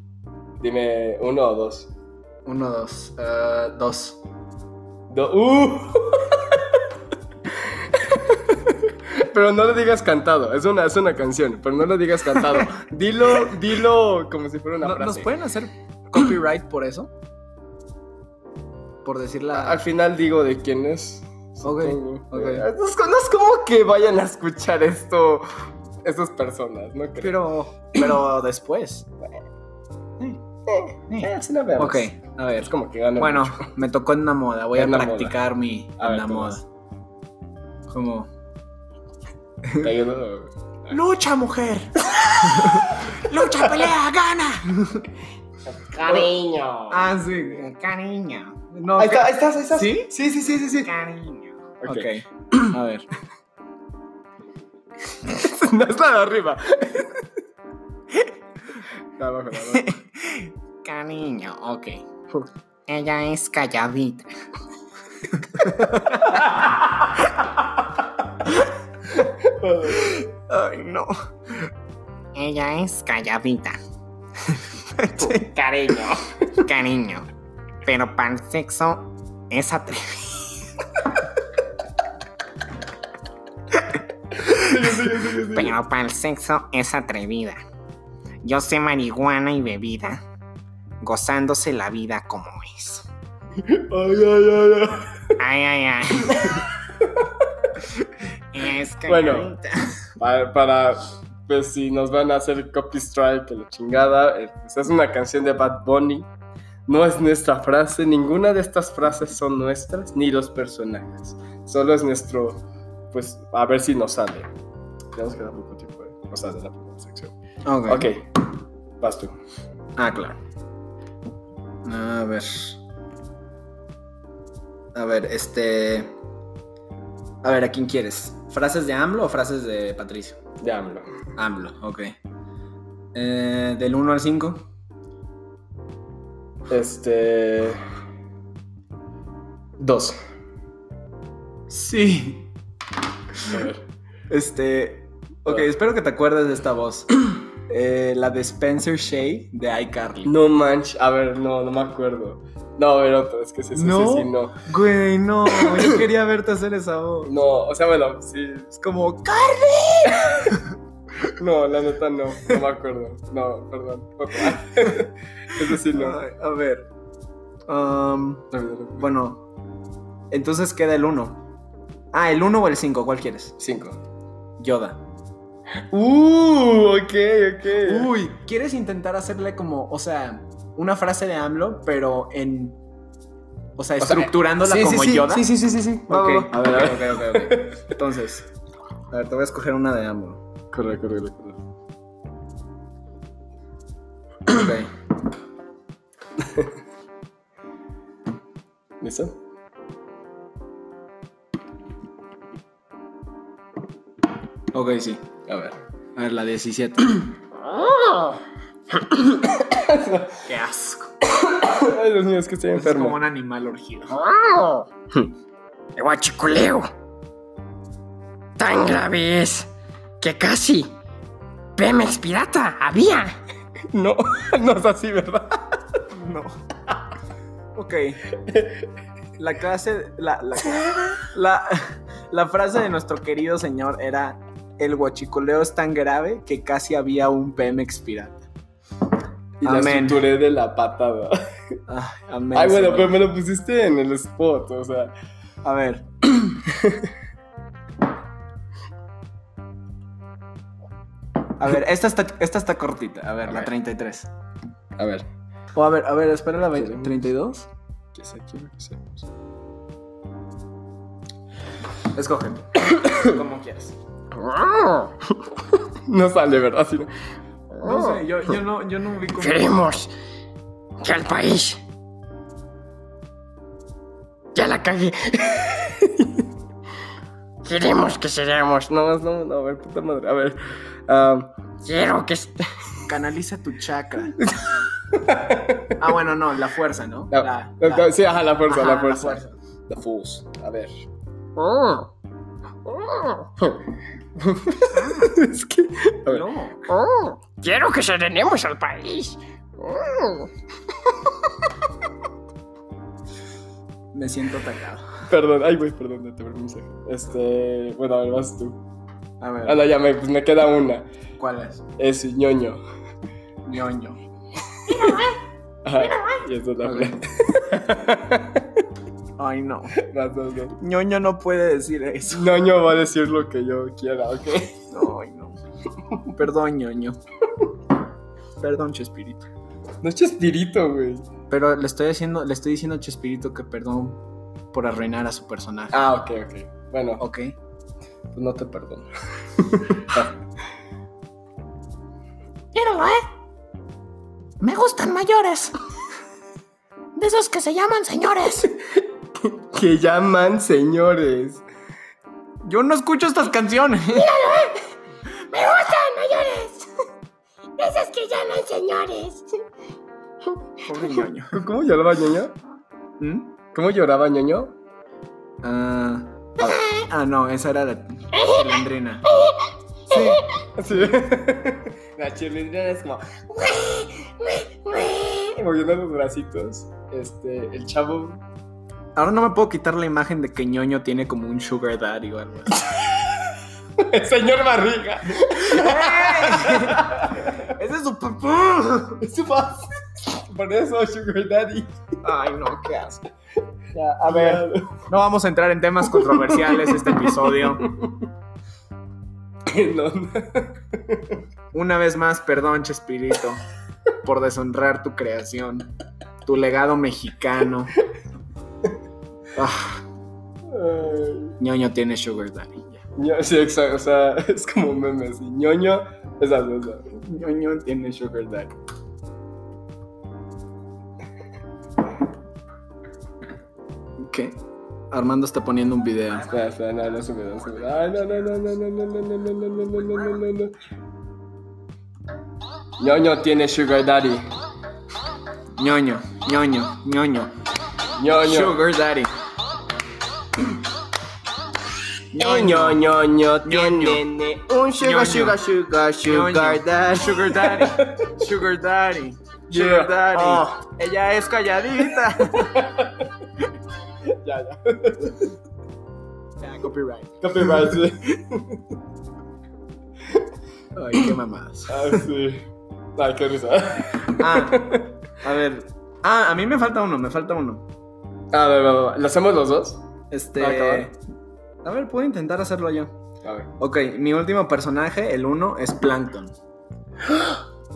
[SPEAKER 1] Dime uno o dos.
[SPEAKER 2] Uno, dos. Ah, dos.
[SPEAKER 1] Do- ¡Uh! (laughs) Pero no lo digas cantado, es una, es una canción, pero no lo digas
[SPEAKER 2] (laughs)
[SPEAKER 1] cantado. Dilo, dilo como si fuera una
[SPEAKER 2] ¿No-
[SPEAKER 1] frase.
[SPEAKER 2] ¿Nos pueden hacer copyright por eso? Por decir la...
[SPEAKER 1] Al final digo de quién es.
[SPEAKER 2] Ok,
[SPEAKER 1] supongo.
[SPEAKER 2] ok.
[SPEAKER 1] Eh, No, es, no es como que vayan a escuchar esto estas personas, no creo.
[SPEAKER 2] Pero, pero después.
[SPEAKER 1] Eh, eh, sí lo vemos.
[SPEAKER 2] Ok, a ver.
[SPEAKER 1] Es como que gano.
[SPEAKER 2] Bueno, me tocó en la moda. Voy a
[SPEAKER 1] En la
[SPEAKER 2] practicar mi
[SPEAKER 1] A
[SPEAKER 2] en
[SPEAKER 1] ver,
[SPEAKER 2] la
[SPEAKER 1] tú
[SPEAKER 2] moda. Como.
[SPEAKER 1] Te ayudo.
[SPEAKER 2] ¡Lucha, mujer! ¡Lucha, pelea, gana!
[SPEAKER 3] Cariño.
[SPEAKER 2] Ah, sí.
[SPEAKER 3] Cariño.
[SPEAKER 2] No,
[SPEAKER 1] Ahí
[SPEAKER 2] que-
[SPEAKER 1] está, ahí estás, ahí estás.
[SPEAKER 2] ¿Sí?
[SPEAKER 1] Sí, sí, sí, sí. sí.
[SPEAKER 3] Cariño.
[SPEAKER 1] Ok. (laughs) (clears throat)
[SPEAKER 2] ok. A ver.
[SPEAKER 1] no es la de (laughs) arriba. No, abajo, abajo.
[SPEAKER 3] Cariño. Ok. Ella es calladita.
[SPEAKER 2] Ay, no.
[SPEAKER 3] Ella es calladita. Cariño. Cariño. Pero para el sexo es atrevida. Pero para el sexo es atrevida. Yo sé marihuana y bebida, gozándose la vida como es.
[SPEAKER 1] Ay, ay, ay, ay.
[SPEAKER 3] Ay,
[SPEAKER 2] (laughs)
[SPEAKER 3] ay, ay. Ella es
[SPEAKER 1] Bueno.
[SPEAKER 3] calladita.
[SPEAKER 1] Para, para, pues si nos van a hacer copy strike, la chingada, eh, pues, es una canción de Bad Bunny. No es nuestra frase, ninguna de estas frases son nuestras, ni los personajes. Solo es nuestro, pues, a ver si nos sale. Tenemos que dar poco tiempo, eh. o sea, de la primera sección.
[SPEAKER 2] Ok.
[SPEAKER 1] Ok, vas tú.
[SPEAKER 2] Ah, claro. A ver. A ver, este. A ver, ¿a quién quieres? ¿Frases de AMLO o frases de Patricio?
[SPEAKER 1] Ya, AMLO.
[SPEAKER 2] AMLO, ok. Eh, del 1 al 5.
[SPEAKER 1] Este. Dos.
[SPEAKER 2] Sí.
[SPEAKER 1] A ver. Ah.
[SPEAKER 2] Este. Ok, espero que te acuerdes de esta voz. (clears throat) Eh, la de Spencer Shea de iCarly.
[SPEAKER 1] No manches, a ver, no, no me acuerdo. No, a ver, otra, es que sí, sí,
[SPEAKER 2] ¿No?
[SPEAKER 1] sí, sí, no.
[SPEAKER 2] Güey, no, yo quería verte hacer esa voz.
[SPEAKER 1] No, o sea, bueno, sí.
[SPEAKER 2] Es como.
[SPEAKER 1] No, la neta no, no me acuerdo. No, perdón. otra. (laughs) es decir, no.
[SPEAKER 2] Ay, A ver. Um, Bueno, entonces queda el 1. Ah, el 1 o el 5, ¿cuál quieres?
[SPEAKER 1] Cinco.
[SPEAKER 2] Yoda.
[SPEAKER 1] Uh, ok, ok.
[SPEAKER 2] Uy, ¿quieres intentar hacerle como, o sea, una frase de AMLO, pero en. O sea,
[SPEAKER 1] sea,
[SPEAKER 2] estructurándola como Yoda?
[SPEAKER 1] Sí, sí, sí, sí, sí. Va,
[SPEAKER 2] Ok,
[SPEAKER 1] va, va.
[SPEAKER 2] a ver, a ver, ok, ok, ok. Entonces, a ver, te voy a escoger una de AMLO.
[SPEAKER 1] Corre, corre, corre, corre.
[SPEAKER 2] Ok.
[SPEAKER 1] ¿Listo?
[SPEAKER 2] Ok, sí.
[SPEAKER 1] A ver.
[SPEAKER 2] A ver, la 17.
[SPEAKER 3] Qué asco.
[SPEAKER 1] (laughs) Ay, Dios mío, es que estoy
[SPEAKER 2] Pues Es como
[SPEAKER 1] enfermo.
[SPEAKER 2] un animal orgido.
[SPEAKER 3] El ¡Oh! guachiculeo. Tan grave es que casi Pemex pirata había.
[SPEAKER 1] No, (laughs) no es así, ¿verdad?
[SPEAKER 2] No. Ok. La clase. La, la, la- la frase de nuestro querido señor era: El huachicoleo es tan grave que casi había un Pemex pirata.
[SPEAKER 1] Y la
[SPEAKER 2] Amén.
[SPEAKER 1] estructuré de la patada.
[SPEAKER 2] Ay, Ah, amén,
[SPEAKER 1] Ay, bueno,
[SPEAKER 2] señor.
[SPEAKER 1] pero me lo pusiste en el spot, o sea.
[SPEAKER 2] A ver. A ver, esta está, esta está cortita. A ver,
[SPEAKER 1] A
[SPEAKER 2] la
[SPEAKER 1] ver.
[SPEAKER 2] 33.
[SPEAKER 1] A ver,
[SPEAKER 2] O a ver, a ver, espera la
[SPEAKER 1] Queremos-
[SPEAKER 2] 32.
[SPEAKER 1] ¿qué es aquí? ¿Qué hacemos?
[SPEAKER 2] Escoge. (coughs) Como quieras.
[SPEAKER 3] ¡Oh!
[SPEAKER 1] No sale, ¿verdad? Sí, no.
[SPEAKER 2] No
[SPEAKER 1] Oh.
[SPEAKER 2] sé, yo, yo no, yo no ubico.
[SPEAKER 3] Queremos que al país. Ya la cagué. (laughs) Queremos que seamos.
[SPEAKER 1] No, no, no, a ver, puta madre. A ver. ah,
[SPEAKER 3] Quiero que. est-
[SPEAKER 2] Canaliza tu chakra. ah, bueno, no, la fuerza, ¿no?
[SPEAKER 1] la-
[SPEAKER 2] La-
[SPEAKER 1] la-
[SPEAKER 2] la-
[SPEAKER 1] sí, ajá, la fuerza,
[SPEAKER 2] Ajá,
[SPEAKER 1] la fuerza. La fuerza. A ver. (laughs)
[SPEAKER 2] Oh. Oh. es que. a ver,
[SPEAKER 3] No. Oh, quiero que serenemos al país. Oh.
[SPEAKER 2] Me siento atacado.
[SPEAKER 1] Perdón, ay, güey, perdón, no te perdí un mensaje. Este, bueno, a ver, vas tú.
[SPEAKER 2] A ver,
[SPEAKER 1] Ah, no, ya me, pues me queda una.
[SPEAKER 2] ¿cuál es?
[SPEAKER 1] Es ñoño.
[SPEAKER 2] Ñoño.
[SPEAKER 1] Ajá, y esta es la
[SPEAKER 2] Ok.
[SPEAKER 1] (laughs) frase.
[SPEAKER 2] Ay, no.
[SPEAKER 1] Vas, vas, vas.
[SPEAKER 2] Ñoño no puede decir eso.
[SPEAKER 1] ñoño va a decir lo que yo quiera, ¿ok?
[SPEAKER 2] Ay, no. Perdón, ñoño. Perdón, Chespirito.
[SPEAKER 1] No es chespirito, güey.
[SPEAKER 2] Pero le estoy haciendo, le estoy diciendo a Chespirito que perdón por arruinar a su personaje.
[SPEAKER 1] Ah, ok, ok. Bueno,
[SPEAKER 2] Ok.
[SPEAKER 1] pues no te perdono.
[SPEAKER 3] Quiero, ¿eh? Me gustan mayores. De esos que se llaman señores.
[SPEAKER 1] (laughs) Que llaman señores.
[SPEAKER 2] Yo no escucho estas (laughs) canciones.
[SPEAKER 3] Me gustan (laughs) mayores. De esos que llaman señores. (laughs)
[SPEAKER 2] Pobre ñoño.
[SPEAKER 1] ¿Cómo lloraba ñoño?
[SPEAKER 2] ¿Mm?
[SPEAKER 1] ¿Cómo lloraba ñoño?
[SPEAKER 2] (laughs) Ah, ah, no, esa era la Lendrina.
[SPEAKER 1] Sí. Sí. (laughs) La chilindrina es como moviendo los bracitos. Este, el chavo. (laughs)
[SPEAKER 2] Ahora no me puedo quitar la imagen de que ñoño tiene como un sugar daddy o algo (laughs) así.
[SPEAKER 1] El señor Barriga.
[SPEAKER 2] ¡Ese es su papá!
[SPEAKER 1] Eso pasa. (laughs) Por eso, Sugar Daddy.
[SPEAKER 2] Ay, no, qué asco.
[SPEAKER 1] Ya, a ver. (laughs)
[SPEAKER 2] No vamos a entrar en temas controversiales este episodio.
[SPEAKER 1] No,
[SPEAKER 2] Una vez más, perdón, Chespirito, por deshonrar tu creación, tu legado mexicano. Ah,
[SPEAKER 1] no.
[SPEAKER 2] ñoño tiene sugar daddy. ya.
[SPEAKER 1] Ño- Sí, exacto. O sea, (laughs) es como un meme así. ñoño. Exacto, exacto.
[SPEAKER 2] Ñoño tiene sugar daddy. ¿Qué? Armando está poniendo un video.
[SPEAKER 1] Espera, espera, no, no sube, no sube. Ay, no, no, no, no, no, no, no, no, no, no, no, no, no, no, no. Ñoño tiene Sugar Daddy.
[SPEAKER 2] Ñoño, ñoño, ñoño.
[SPEAKER 1] Ñoño.
[SPEAKER 2] Sugar daddy.
[SPEAKER 1] Ñoño, ñoño, tiene un
[SPEAKER 2] Ñoño.
[SPEAKER 1] sugar, sugar, sugar, sugar daddy.
[SPEAKER 2] Sugar Daddy. Sugar Daddy. Sugar
[SPEAKER 1] Yeah.
[SPEAKER 2] Daddy.
[SPEAKER 1] Ah.
[SPEAKER 2] Ella es calladita.
[SPEAKER 1] Ya, ya.
[SPEAKER 2] Ya, (laughs) copyright.
[SPEAKER 1] Copyright, sí.
[SPEAKER 2] Ay, qué mamadas.
[SPEAKER 1] Ah, sí. Ay, qué risa.
[SPEAKER 2] Ah, a ver. Ah, a mí me falta uno, me falta uno.
[SPEAKER 1] A ver, va, va, va. ¿Lo hacemos los dos?
[SPEAKER 2] Este.
[SPEAKER 1] Ah, cabrón.
[SPEAKER 2] A ver, puedo intentar hacerlo yo.
[SPEAKER 1] A ver.
[SPEAKER 2] Ok, mi último personaje, el uno,
[SPEAKER 1] (gasps)
[SPEAKER 2] es Plankton.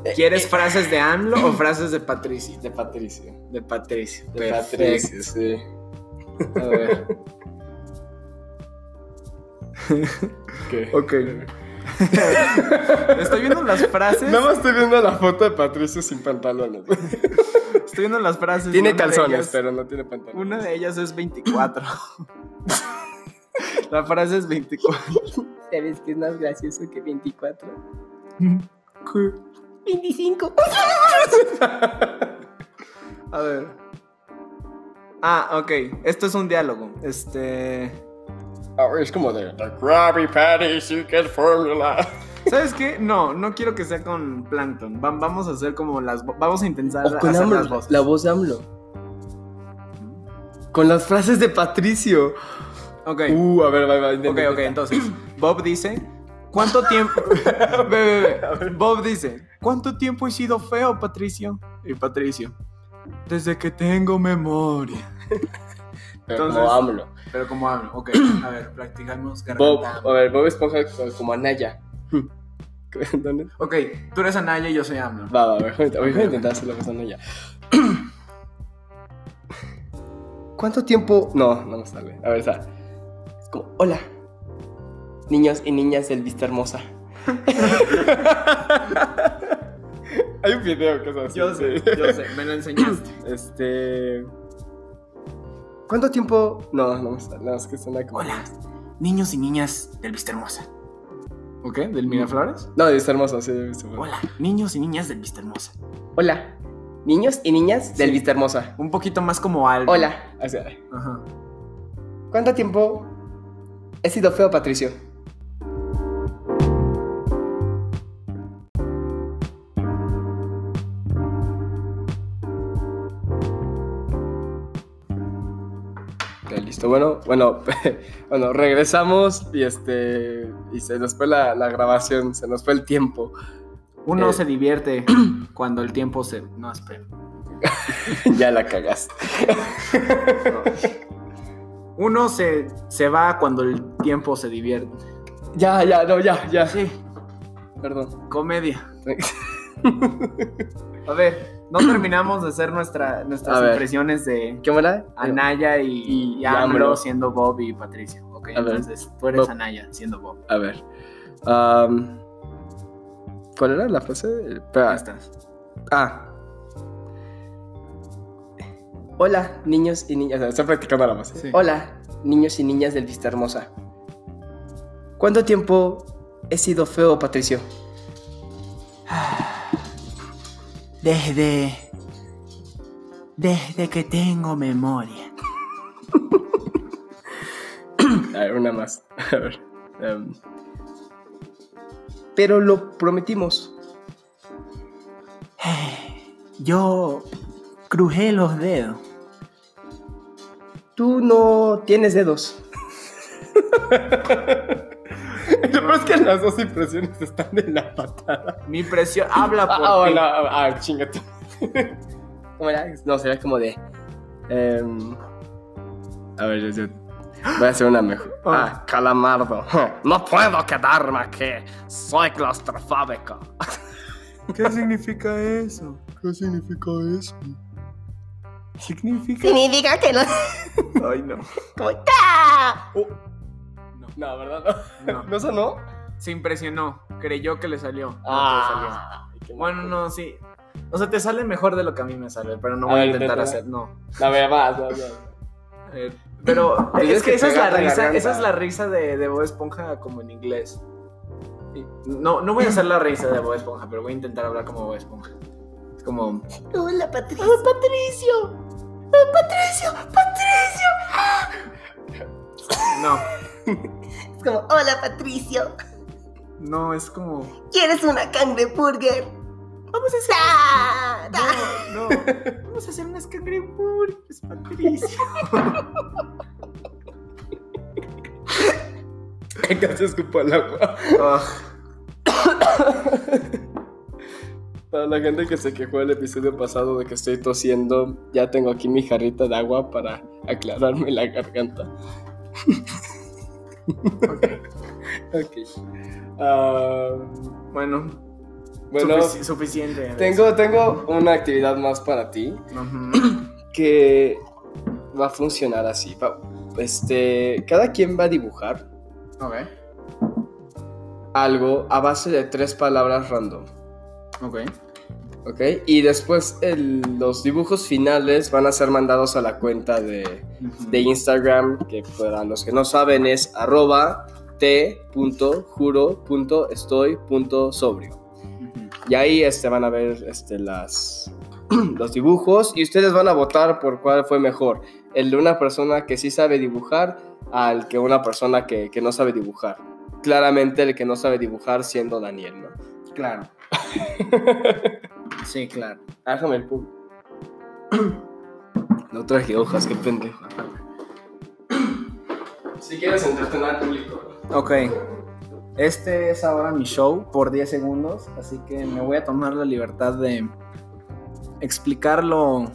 [SPEAKER 1] Eh,
[SPEAKER 2] ¿Quieres frases de AMLO
[SPEAKER 1] (clears throat)
[SPEAKER 2] o frases de Patricio?
[SPEAKER 1] De Patricio.
[SPEAKER 2] De Patricio.
[SPEAKER 1] De
[SPEAKER 2] Perfecto.
[SPEAKER 1] Patricio, sí. A
[SPEAKER 2] (laughs)
[SPEAKER 1] ver. ¿Qué?
[SPEAKER 2] Ok.
[SPEAKER 1] (laughs)
[SPEAKER 2] (laughs) Estoy viendo las frases.
[SPEAKER 1] Nada más estoy viendo la foto de Patricio sin pantalones.
[SPEAKER 2] Estoy viendo las frases. y
[SPEAKER 1] Tiene
[SPEAKER 2] una Este de
[SPEAKER 1] calzones,
[SPEAKER 2] ellas-
[SPEAKER 1] pero no tiene pantalones.
[SPEAKER 2] Una de ellas es 24. La frase es 24.
[SPEAKER 4] ¿Sabes qué es más gracioso que 24?
[SPEAKER 2] ¿Qué?
[SPEAKER 4] 25.
[SPEAKER 2] A ver. Ah, ok. Esto es un diálogo. Este.
[SPEAKER 1] Ah, es como de The Krabby Patty Secret Formula.
[SPEAKER 2] ¿Sabes qué? No, no quiero que sea con Plankton. Vam- vamos a hacer como las. vo- Vamos a intentar
[SPEAKER 1] O con
[SPEAKER 2] hacer
[SPEAKER 1] AMLO,
[SPEAKER 2] las voces.
[SPEAKER 1] la voz de AMLO. Con las frases de Patricio.
[SPEAKER 2] Ok.
[SPEAKER 1] Uh, a ver, va, va.
[SPEAKER 2] Ok, ok, entonces, (clears throat) Bob dice, ¿cuánto (laughs) tiempo? Ve, ve, ve. Bob dice, ¿cuánto tiempo he sido feo, Patricio? Y Patricio, desde que tengo memoria.
[SPEAKER 1] Entonces,
[SPEAKER 2] Entonces-
[SPEAKER 1] como AMLO.
[SPEAKER 2] Pero como hablo, (clears throat) ok, a ver, practicamos
[SPEAKER 1] Bob,
[SPEAKER 2] garganta.
[SPEAKER 1] a ver, Bob Esponja co- como
[SPEAKER 2] (laughs)
[SPEAKER 1] Anaya. (laughs) ¿Dónde?
[SPEAKER 2] Ok, tú eres Anaya y yo soy AMLO.
[SPEAKER 1] Va, va, a ver, voy a intentar hacerlo con Anaya. ¿Cuánto tiempo? No, no me sale. A ver, está. Es como, hola, niños y niñas del Vista Hermosa. Hay un video que es así.
[SPEAKER 2] sé, me lo enseñaste.
[SPEAKER 1] (clears throat) Este. ¿Cuánto tiempo? No, no me sale. No, es que suena como.
[SPEAKER 3] Hola, niños y niñas del Vista Hermosa.
[SPEAKER 2] Ok, ¿del Miraflores?
[SPEAKER 1] No, de Vista Hermosa, sí, de Vista Hermosa.
[SPEAKER 3] Hola, niños y niñas del Vista Hermosa.
[SPEAKER 4] Hola, niños y niñas
[SPEAKER 1] Del Vista Hermosa.
[SPEAKER 2] Un poquito más como algo.
[SPEAKER 4] Hola,
[SPEAKER 1] O sea,
[SPEAKER 2] Ajá.
[SPEAKER 1] ¿Cuánto tiempo? He sido feo, Patricio. Ya, Listo, bueno, bueno, (laughs) bueno, regresamos y este y se nos fue la, la grabación, se nos fue el tiempo. (laughs)
[SPEAKER 2] Uno
[SPEAKER 1] Eh.
[SPEAKER 2] se (clears throat) divierte cuando el tiempo se. No, (laughs) espera.
[SPEAKER 1] ya la cagaste.
[SPEAKER 2] Uno se, se va cuando el tiempo se divierte.
[SPEAKER 1] Ya, ya, no, ya, ya.
[SPEAKER 2] Sí,
[SPEAKER 1] Perdón. (laughs)
[SPEAKER 2] comedia. A ver, no terminamos de hacer nuestra,
[SPEAKER 1] A
[SPEAKER 2] nuestras
[SPEAKER 1] ver.
[SPEAKER 2] impresiones de
[SPEAKER 1] ¿Qué mala?
[SPEAKER 2] Anaya y,
[SPEAKER 1] Y-
[SPEAKER 2] y AMLO
[SPEAKER 1] AMLO.
[SPEAKER 2] siendo Bob y Patricio. Ok,
[SPEAKER 1] A ver.
[SPEAKER 2] entonces tú eres
[SPEAKER 1] Bob.
[SPEAKER 2] Anaya siendo Bob.
[SPEAKER 1] A ver. am, ¿Cuál era la frase? Espera.
[SPEAKER 2] Ya estás.
[SPEAKER 1] Ah,
[SPEAKER 4] Hola,
[SPEAKER 1] niños y
[SPEAKER 4] Ah,
[SPEAKER 1] niñas. Estoy practicando la base.
[SPEAKER 4] ¿eh? hola, niños y niñas del Vista Hermosa. ¿Cuánto tiempo he sido feo, Patricio?
[SPEAKER 2] Desde. Desde que tengo memoria.
[SPEAKER 1] A ver, una
[SPEAKER 4] (laughs)
[SPEAKER 1] más. A ver. am,
[SPEAKER 4] em. Pero lo prometimos.
[SPEAKER 2] Yo crujé los dedos.
[SPEAKER 4] Tú no tienes dedos.
[SPEAKER 1] (laughs) Lo peor es que las dos impresiones están de la patada.
[SPEAKER 2] Mi impresión. Habla
[SPEAKER 1] (laughs) Ah,
[SPEAKER 2] por
[SPEAKER 1] ah,
[SPEAKER 2] ti.
[SPEAKER 1] bueno, ah, ah, (laughs) chingate.
[SPEAKER 4] ¿Cómo era?
[SPEAKER 1] No, sería como de. em, a ver, yo, yo voy a hacer una mejor.
[SPEAKER 2] Ah.
[SPEAKER 1] Ah, calamardo. (laughs) No puedo quedarme aquí. Soy claustrofóbico.
[SPEAKER 2] ¿Qué significa eso?
[SPEAKER 1] ¿Qué significa eso?
[SPEAKER 2] Significa.
[SPEAKER 4] Significa que no.
[SPEAKER 2] Ay,
[SPEAKER 3] (laughs)
[SPEAKER 2] no.
[SPEAKER 1] No, ¿verdad? No.
[SPEAKER 2] No.
[SPEAKER 1] ¿No sonó?
[SPEAKER 2] Se impresionó. Creyó que le salió. No te
[SPEAKER 1] Ay, Ah.
[SPEAKER 2] salió. Bueno, no, sí. O sea, te sale mejor de lo que a mí me sale, pero no
[SPEAKER 1] A
[SPEAKER 2] voy a
[SPEAKER 1] ver,
[SPEAKER 2] intentar
[SPEAKER 1] inténtala.
[SPEAKER 2] hacer, no.
[SPEAKER 1] La verdad, no, (laughs) no.
[SPEAKER 2] A ver, Eh,
[SPEAKER 1] (laughs)
[SPEAKER 2] Pero
[SPEAKER 1] Tienes
[SPEAKER 2] es que,
[SPEAKER 1] que
[SPEAKER 2] esa es la
[SPEAKER 1] pegarte la
[SPEAKER 2] risa,
[SPEAKER 1] garganta.
[SPEAKER 2] esa es la risa de, de Bob Esponja como en inglés. Y- No, no voy a hacer la risa de Bob Esponja, pero voy a intentar hablar como Bob Esponja. Es como.
[SPEAKER 4] Hola, Patricio. Hola, Patricio. Patricio, Patricio.
[SPEAKER 2] No,
[SPEAKER 4] Es como, hola, Patricio.
[SPEAKER 2] no, es como.
[SPEAKER 4] ¿Quieres una cangreburger? Vamos a hacer.
[SPEAKER 2] No, no. Vamos a hacer unas cangreburgers, Patricio.
[SPEAKER 1] Casi escupo el agua.
[SPEAKER 2] Ugh,
[SPEAKER 1] Para la gente que se quejó el episodio pasado de que estoy tosiendo, ya tengo aquí mi jarrita de agua para aclararme la garganta. ok. Ah,
[SPEAKER 2] bueno,
[SPEAKER 1] bueno,
[SPEAKER 2] sufici- suficiente. de
[SPEAKER 1] tengo, tengo una actividad más para ti
[SPEAKER 2] eso. Ujú.
[SPEAKER 1] que va a funcionar así. va- este, cada quien va a dibujar
[SPEAKER 2] Ok,
[SPEAKER 1] algo a base de tres palabras random.
[SPEAKER 2] ok.
[SPEAKER 1] ¿Ok? Y después el- los dibujos finales van a ser mandados a la cuenta de, de Instagram, que para los que no saben es arroba t.juro.estoy.sobrio.
[SPEAKER 2] Ujú.
[SPEAKER 1] Y ahí este, van a ver este, las, (clears throat) los dibujos y ustedes van a votar por cuál fue mejor. El de una persona que sí sabe dibujar al que una persona que, que no sabe dibujar. Claramente el que no sabe dibujar siendo Daniel, ¿no? (laughs)
[SPEAKER 2] Claro. Sí, claro.
[SPEAKER 1] Hágame Ah, el pub. (clears throat) No traje hojas, qué pendejo. (clears throat) Si quieres entretener al público.
[SPEAKER 2] Ok. Este es ahora mi show por 10 segundos, así que me voy a tomar la libertad de explicar lo,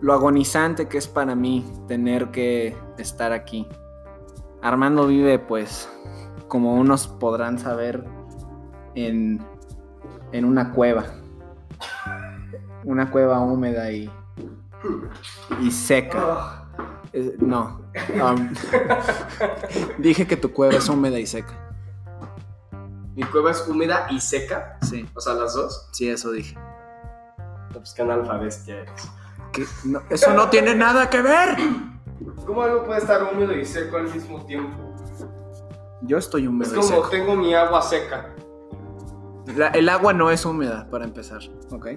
[SPEAKER 2] lo agonizante que es para mí tener que estar aquí. Armando vive, pues, como unos podrán saber, en, en una cueva. Una cueva húmeda y, y seca. Eh, no. Am, (laughs) dije que tu cueva es húmeda y seca.
[SPEAKER 1] Mi cueva es húmeda y seca,
[SPEAKER 2] Sí,
[SPEAKER 1] o sea, las dos.
[SPEAKER 2] sí, eso dije.
[SPEAKER 1] No, pues qué analfabestia eres.
[SPEAKER 2] Que no- eso no tiene nada que ver.
[SPEAKER 1] ¿Cómo algo puede estar húmedo y seco al mismo tiempo?
[SPEAKER 2] Yo estoy
[SPEAKER 1] Es
[SPEAKER 2] húmedo y
[SPEAKER 1] como
[SPEAKER 2] seco.
[SPEAKER 1] tengo mi agua seca.
[SPEAKER 2] La- el agua no es húmeda, para empezar, ¿ok?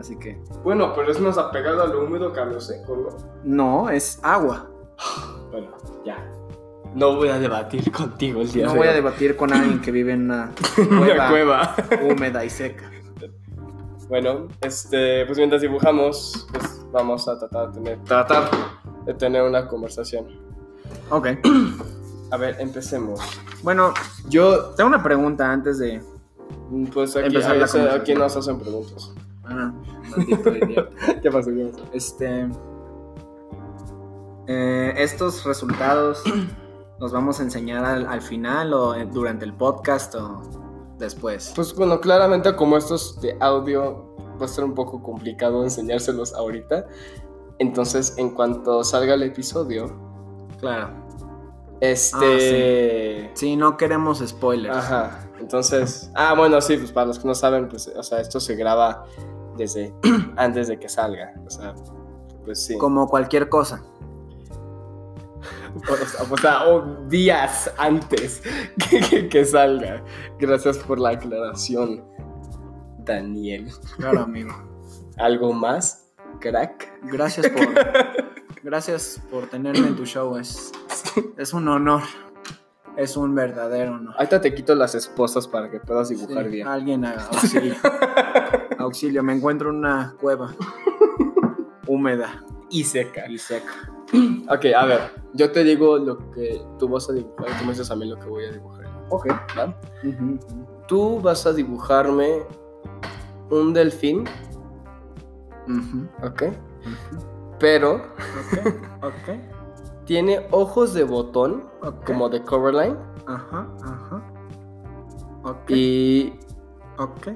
[SPEAKER 2] Así que...
[SPEAKER 1] Bueno, pero es más apegado a lo húmedo que a lo seco, ¿no?
[SPEAKER 2] No, es agua.
[SPEAKER 1] Bueno, ya. No voy a debatir contigo el día
[SPEAKER 2] No
[SPEAKER 1] de
[SPEAKER 2] voy a
[SPEAKER 1] (laughs) hoy.
[SPEAKER 2] debatir con alguien que vive en (laughs) una
[SPEAKER 1] Una
[SPEAKER 2] cueva,
[SPEAKER 1] cueva.
[SPEAKER 2] húmeda y seca.
[SPEAKER 1] Bueno, este, pues mientras dibujamos, pues vamos a tratar de tener, tratar de tener una conversación.
[SPEAKER 2] Ok.
[SPEAKER 1] A ver, empecemos.
[SPEAKER 2] Bueno,
[SPEAKER 1] Yo,
[SPEAKER 2] tengo una pregunta antes de.
[SPEAKER 1] pues aquí,
[SPEAKER 2] Empezar la
[SPEAKER 1] a-
[SPEAKER 2] conversación.
[SPEAKER 1] aquí nos hacen preguntas.
[SPEAKER 2] Ah, maldito (laughs) idiota.
[SPEAKER 1] (laughs) ¿Qué pasó? ¿Qué pasó?
[SPEAKER 2] Este. eh, estos resultados los vamos a enseñar al, al final o en- durante el podcast o después.
[SPEAKER 1] Pues bueno, claramente como estos de audio va a ser un poco complicado enseñárselos ahorita. Entonces, en cuanto salga el episodio,
[SPEAKER 2] Claro.
[SPEAKER 1] este...
[SPEAKER 2] Ah, Sí, no queremos spoilers.
[SPEAKER 1] Ajá, entonces... Ah, bueno, sí, pues para los que no saben, pues, o sea, esto se graba desde (clears throat) antes de que salga. O sea, pues sí.
[SPEAKER 2] Como cualquier cosa.
[SPEAKER 1] O, o- o sea, o días antes (laughs) que, que- que salga. Gracias por la aclaración, Daniel.
[SPEAKER 2] Claro, amigo.
[SPEAKER 1] ¿Algo más, crack?
[SPEAKER 2] Gracias por. gracias por tenerme en tu show. Es, es un honor. Es un verdadero honor.
[SPEAKER 1] Ahorita te quito las esposas para que puedas dibujar
[SPEAKER 2] Sí,
[SPEAKER 1] bien.
[SPEAKER 2] Alguien a-
[SPEAKER 1] (laughs)
[SPEAKER 2] auxilio. auxilio, me encuentro en una cueva húmeda
[SPEAKER 1] Y seca.
[SPEAKER 2] y seca.
[SPEAKER 1] Ok, a ver. Yo te digo lo que tú vas a dibujar y tú me dices a mí lo que voy a dibujar.
[SPEAKER 2] Ok.
[SPEAKER 1] ¿va? Tú vas a dibujarme un delfín, ¿ok? Pero
[SPEAKER 2] Ok,
[SPEAKER 1] tiene ojos de botón,
[SPEAKER 2] ok.
[SPEAKER 1] como de Coraline,
[SPEAKER 2] Ajá, ajá. Ok,
[SPEAKER 1] y
[SPEAKER 2] ok.